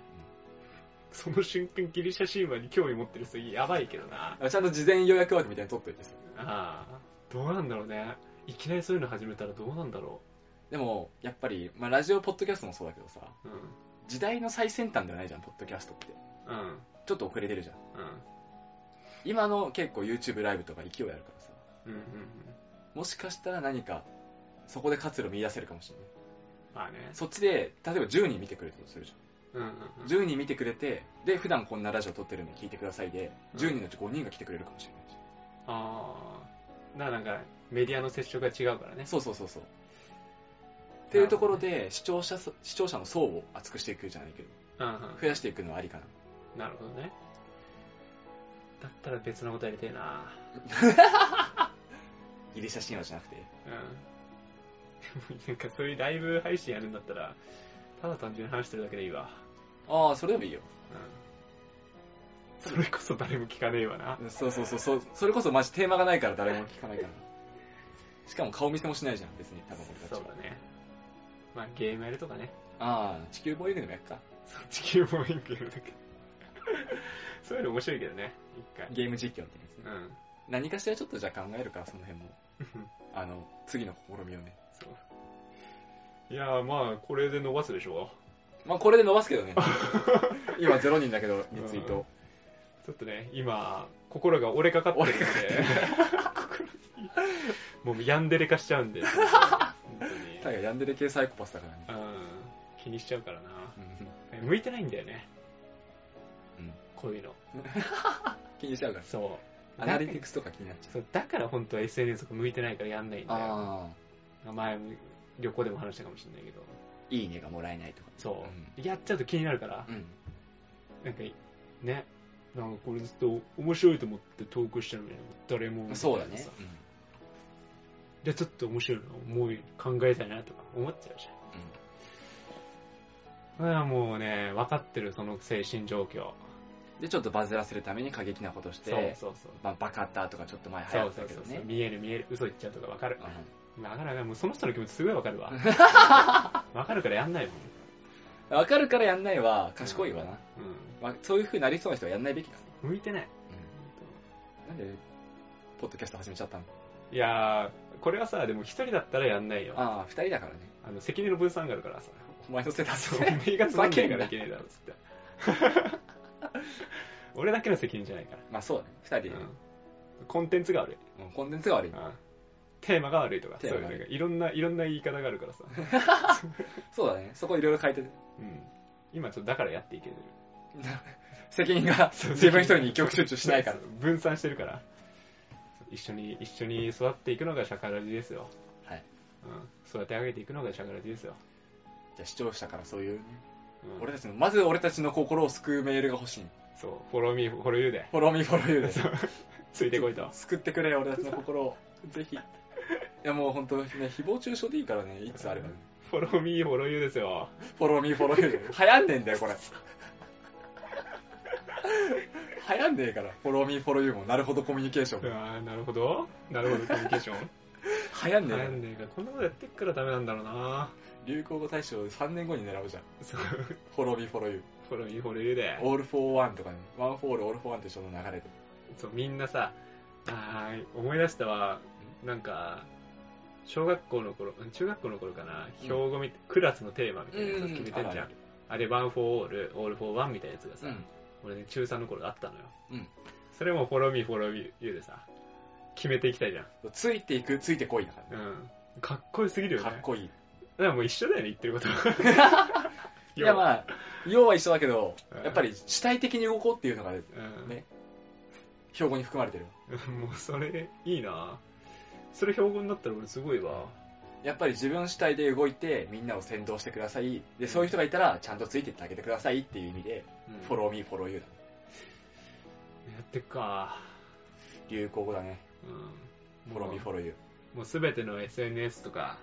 Speaker 1: その瞬間ギリシャ神話に興味持ってる人やばいけどな
Speaker 2: あちゃんと事前予約枠みたいに取っといてさ。
Speaker 1: ああどうなんだろうねいきなりそういうの始めたらどうなんだろ
Speaker 2: でも、やっぱり、まあ、ラジオ、ポッドキャストもそうだけどさ、
Speaker 1: ううん
Speaker 2: 時代の最先端ではないじゃん、ポッドキャストって。
Speaker 1: うん
Speaker 2: ちょっと遅れてるじゃん。
Speaker 1: うん
Speaker 2: 今の結構 YouTube ライブとか勢いあるからさ、
Speaker 1: うんうんうん
Speaker 2: もしかしたら何か、そこで活路見出せるかもしれない。
Speaker 1: まあね
Speaker 2: そっちで、例えば10人見てくれたとするじ
Speaker 1: うんうん
Speaker 2: ゃん。10人見てくれて、で、普段こんなラジオ撮ってるんで聞いてくださいで、10人のうち5人が来てくれるかもしれないじ
Speaker 1: ああだからなんかメディアの接触が違うから
Speaker 2: ゃ
Speaker 1: ね
Speaker 2: ん。そうそうそうそう。っていうところで、視聴者そ、視聴者の層を厚くしていくじゃないけど、
Speaker 1: うんうん
Speaker 2: 増やしていくのはありかな。
Speaker 1: なるほどねだったら別のことやりたいな
Speaker 2: ギリシャ神話じゃなくて。
Speaker 1: うんでもなんかそういうライブ配信やるんだったらただ単純に話してるだけでいいわ
Speaker 2: ああ、それでもいいよ。
Speaker 1: うんそれこそ誰も聞かねえわな
Speaker 2: そうそうそうそう、それこそマジテーマがないから誰も聞かないから。しかも顔見せもしないじゃん、別に多分俺たち
Speaker 1: そ
Speaker 2: は
Speaker 1: う。だねまあゲームやるとかね
Speaker 2: ああ、地球防衛軍でもやっか。
Speaker 1: 地球防衛軍やるとか そういうの面白いけどね一回
Speaker 2: ゲーム実況みたいなやつ
Speaker 1: う
Speaker 2: ね。
Speaker 1: ん
Speaker 2: 何かしらちょっとじゃあ考えるから、その辺も。あの、次の試みをね。
Speaker 1: そういやーまあこれで伸ばすでしょ
Speaker 2: まあこれで伸ばすけ どね。今0人だけど、リツイート。
Speaker 1: ちょっとね今心が折れかかってるん で心にもうヤンデレ化しちゃうんで本当に
Speaker 2: タイガヤンデレ系サイコパスだからね。
Speaker 1: うん気にしちゃうからな
Speaker 2: うん
Speaker 1: 向いてないんだよね
Speaker 2: うん
Speaker 1: こういうの
Speaker 2: 気にしちゃうから。
Speaker 1: そう
Speaker 2: アナリティクスとか気になっちゃ
Speaker 1: そうだから本当は SNS とか向いてないからやんないん
Speaker 2: う。
Speaker 1: だよ
Speaker 2: ああ、
Speaker 1: 前旅行でも話したかもしれないけど
Speaker 2: いいねがもらえないとか。
Speaker 1: そう、やっちゃうと気になるから、
Speaker 2: うん。
Speaker 1: なんかねなんかこれずっと面白いと思って投稿してるのに誰も見
Speaker 2: う
Speaker 1: て
Speaker 2: ん。
Speaker 1: ない
Speaker 2: そうだね
Speaker 1: さ。でちょっと面白いのもう考えたいなとか思っちゃうじゃん、うん、もうね分かってるその精神状況
Speaker 2: うんで、ちょっとバズらせるために過激なことし
Speaker 1: そう
Speaker 2: て、
Speaker 1: そうそう
Speaker 2: まあバカったとかちょっと前流
Speaker 1: そ
Speaker 2: 行
Speaker 1: う
Speaker 2: っ
Speaker 1: そ
Speaker 2: た
Speaker 1: う
Speaker 2: け
Speaker 1: そ
Speaker 2: ど
Speaker 1: うそう
Speaker 2: ね。
Speaker 1: 見える見える嘘言っちゃうとか分かる
Speaker 2: うん
Speaker 1: だからもうその人の気持ちすごい分 かるわ分かるからやんないもん
Speaker 2: わかるからやんないは賢いわな、
Speaker 1: う
Speaker 2: まあ、そういう風になりそうな人はやんないべきだね、
Speaker 1: ん向いてない
Speaker 2: なんでポッドキャスト始めちゃったの
Speaker 1: いやーこれはさでも一人だったらやんないよあ
Speaker 2: ああ二人だからね
Speaker 1: の責任の分散があるからさ
Speaker 2: お前のせいだぞ
Speaker 1: お前がつまんないからいけねえだろっつって 俺だけの責任じゃないか
Speaker 2: まあそうだね二人で
Speaker 1: ら、うんコンテンツが悪い、
Speaker 2: うんコンテンツが悪い
Speaker 1: うんテーマが悪いとか
Speaker 2: テ
Speaker 1: そう
Speaker 2: ー
Speaker 1: い
Speaker 2: マ
Speaker 1: う
Speaker 2: が
Speaker 1: なん
Speaker 2: 悪い
Speaker 1: かいろんないろんな言い方があるからさ、
Speaker 2: そうだねそこいろいろ変えて
Speaker 1: うん、今ちょっとだからやっていけてる
Speaker 2: 責任 が自分一人に一極集中しないから
Speaker 1: そうそう分散してるから一緒に一緒に育っていくのが社会ラジですよ
Speaker 2: はい、
Speaker 1: うん、育て上げていくのが社会ラジですよ、
Speaker 2: じゃあ視聴者からそういうね、
Speaker 1: うん、
Speaker 2: 俺たちのまず俺たちの心を救うメールが欲しい
Speaker 1: そうフォローミーフォローユーで
Speaker 2: フォローミーフォローユーで
Speaker 1: ついてこいと
Speaker 2: 救ってくれ俺たちの心をぜひいやもう本当ね誹謗中傷でいいからねいつあればね
Speaker 1: フォローミーフォローユーですよ
Speaker 2: フォローミーフォローユーで流行んねんだよこれ流行んねえから、フォローミーフォローユーも、なるほどコミュニケーションも。
Speaker 1: ああなるほどなるほどコミュニケーション
Speaker 2: 流行んね
Speaker 1: 流
Speaker 2: え
Speaker 1: 行
Speaker 2: から。
Speaker 1: んねえからこんなことやってっからダメなんだろうな
Speaker 2: 流行語大賞3年後に狙うじゃん。
Speaker 1: そう
Speaker 2: フォローミーフォローユ
Speaker 1: フォローいいフォロー言うで
Speaker 2: ー。オールフォーワンとかね、ワンフォールオールフォーワンってその流れで。
Speaker 1: そうみんなさあー思い出したわなんか小学校の頃うん中学校の頃かな
Speaker 2: うん
Speaker 1: 標語み、クラスのテーマみたいなやつ決めてんじゃん、
Speaker 2: ある
Speaker 1: あれワンフォーオールオールフォーワンみたいなやつが
Speaker 2: あ
Speaker 1: さ、
Speaker 2: るうん。
Speaker 1: 俺ね中3の頃あったのよ、
Speaker 2: うん
Speaker 1: それもフォローミーフォローミー言うでさ決めていきたいじゃん、
Speaker 2: ついていく、ついてこいだか
Speaker 1: うん、かっこよすぎる
Speaker 2: ら、
Speaker 1: よね
Speaker 2: かっこいい。
Speaker 1: だからもう一緒だよね言ってること
Speaker 2: いや
Speaker 1: あ、
Speaker 2: まあ、要は一緒だけど、
Speaker 1: うん
Speaker 2: やっぱり主体的に動こうっていうの
Speaker 1: う
Speaker 2: が、
Speaker 1: ん
Speaker 2: ね標語に含まれてる。
Speaker 1: もうそれいいなそれ標語になったら俺すごいわ
Speaker 2: やっぱり自分主体で動いて、みんなを先導してください。で、そういう人がいたら、ちゃんとついてってあげてくださいっていう意味で、フォ
Speaker 1: ロ
Speaker 2: ローミー、フォローユーだ。
Speaker 1: ーやってっか
Speaker 2: 流行語だね。
Speaker 1: うん
Speaker 2: フォローミー、フォローユー。
Speaker 1: もうすべての SNS とか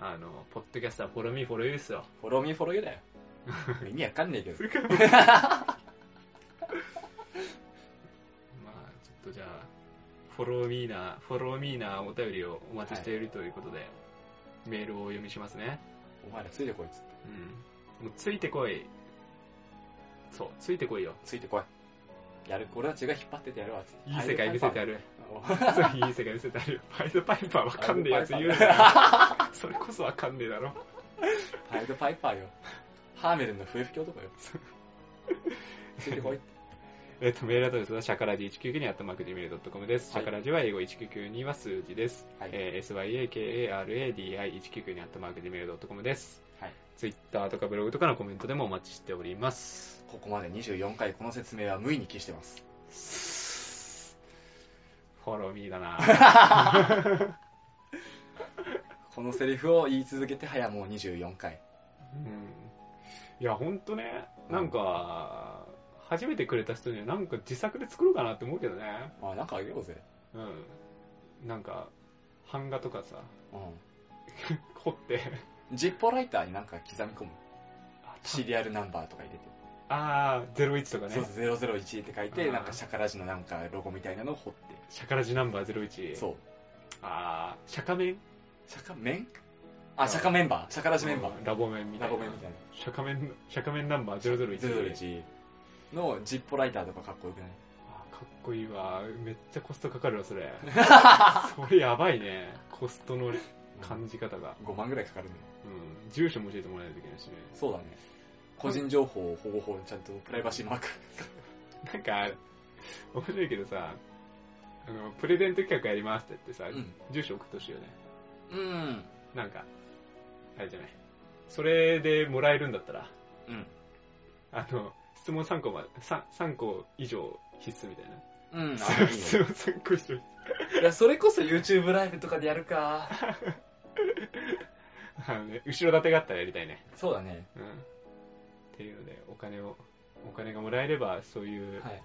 Speaker 1: あのポッドキャスターフォローミーフォローユーですよ
Speaker 2: フォローミー、フォローユーだよ。意味わかんねえけど。
Speaker 1: まあちょっとじゃあフォローミーなフォローミーなお便りをお待ちしているということで、メールをお読みしますね
Speaker 2: お前らついてこいっつって。
Speaker 1: うんもうついてこいそうついてこいよ
Speaker 2: ついてこい。やる、俺たちが引っ張っててやるわっつって。
Speaker 1: いい世界見せてやる
Speaker 2: お
Speaker 1: そういい世界見せてやるパイドパイパーわかんねえやつ言 うなよそれこそわかんねえだろ
Speaker 2: パイドパイパーよ。ハーメルンの笛吹き男よ。ついてこいって。
Speaker 1: えっと、メールアドレスはシャカラジ199にあったマーク Gmail.com です。シ
Speaker 2: はい
Speaker 1: ャカラジは英語199は数字です。
Speaker 2: はい
Speaker 1: えー syakaradi199 にあったマーク Gmail.com です。
Speaker 2: はい。
Speaker 1: Twitter とかブログとかのコメントでもお待ちしております。
Speaker 2: ここまで24回この説明は無意に消してます。
Speaker 1: フォローミーだな
Speaker 2: このセリフを言い続けて早もう24回。
Speaker 1: うん。いや、ほんとね、なんか、初めてくれた人にはなんか自作で作ろうかなって思うけどね。
Speaker 2: あ、なんかあげようぜ。
Speaker 1: うん。なんか、版画とかさ、
Speaker 2: う
Speaker 1: 凝って。
Speaker 2: ん。ジッポーライターになんか刻み込む。
Speaker 1: あ
Speaker 2: シリアルナンバーとか入れて。
Speaker 1: あー、01とかね。
Speaker 2: そうそう、001って書い
Speaker 1: あ
Speaker 2: て、
Speaker 1: ー
Speaker 2: なんかシャカラジのなんかロゴみたいなのを彫っ
Speaker 1: シャカラジナンバー
Speaker 2: て。
Speaker 1: 01。
Speaker 2: そう。
Speaker 1: あー、釈迦面
Speaker 2: シャカメンあ、シャカメンバー。シャカラジメンバー。
Speaker 1: ラボ面みた
Speaker 2: ラ
Speaker 1: いな。
Speaker 2: ボメンみたいな。
Speaker 1: 釈迦面、釈迦面ナンバー001。
Speaker 2: 001のジッポライターとかかっこよくない
Speaker 1: あーかっこいいわ。めっちゃコストかかるわ、そ れ。それやばいね。コストの感じ方が。
Speaker 2: 5万ぐらいかかるね
Speaker 1: うん。住所も教えてもらえないといけないしね。
Speaker 2: そうだね個人情報保護法ちゃんとプライバシーマーク
Speaker 1: なんか、面白いけどさ、あの、プレゼント企画やりますって言ってさ、
Speaker 2: うん
Speaker 1: 住所送ってほしいよね。
Speaker 2: うん
Speaker 1: なんか、あれじゃない。それでもらえるんだったら、
Speaker 2: うん
Speaker 1: あの、質問3個まで、3, 3個以上必須みたいな。
Speaker 2: うんあいい
Speaker 1: 質問3個以上。
Speaker 2: ねいやそれこそ YouTube ライブとかでやるか
Speaker 1: あのね、後ろ盾があったらやりたいね。
Speaker 2: そうだね
Speaker 1: うん。っていうので、お金を、お金がもらえれば、そういう、
Speaker 2: はい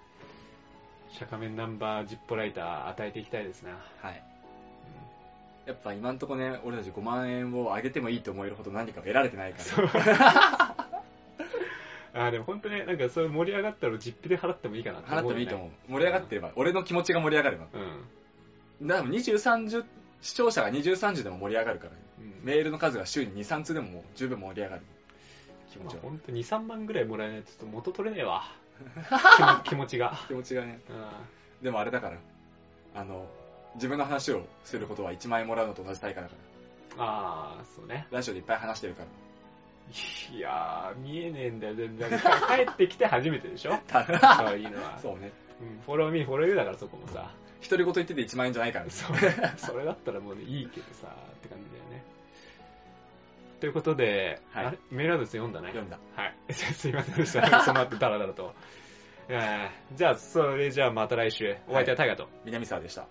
Speaker 1: 釈迦面ナンバージッポライター与えていきたいですな。
Speaker 2: はいやっぱ今んとこね俺たち5万円をあげてもいいと思えるほど何かを得られてないか
Speaker 1: う
Speaker 2: ら
Speaker 1: ん、あー、でも本当ね、なんかそういう盛り上がったら実費で払ってもいいかなって思う、
Speaker 2: 払ってもいいと思う盛り上がってれば俺の気持ちが盛り上がれば
Speaker 1: う。うん。
Speaker 2: でも2030視聴者が2030でも盛り上がるから、
Speaker 1: うん。
Speaker 2: メールの数が週に23通でももう十分盛り上がる気持
Speaker 1: ま
Speaker 2: ち
Speaker 1: あ
Speaker 2: は、
Speaker 1: 本当2、3万ぐらいもらえないとちょっと元取れねえ わ。気持気持ちが。
Speaker 2: 気持ちがね
Speaker 1: う
Speaker 2: でもあれだから、あの、自分の話をすることは1万円もらうのと同じ対価だか
Speaker 1: ん。あー、そうね。
Speaker 2: ら。ラジオでいっぱい話してるから。
Speaker 1: いやー、見えねえんだよ、全然。帰ってきて初めて でしょそういうのは。
Speaker 2: そうね。
Speaker 1: うん、フォローミー、フォローユーだからそこもさ。
Speaker 2: 独り言言ってて1万円じゃないから ね。
Speaker 1: そそれだったらもう、ね、いいけどさ、って感じだよね。ということで、
Speaker 2: はい
Speaker 1: あれメールアドレス読んだね。
Speaker 2: 読んだ。
Speaker 1: はい。 すいませんでした。その後ダラダラと。えーじゃあ、それじゃあまた来週。お相手はタイガと。
Speaker 2: 南沢でした。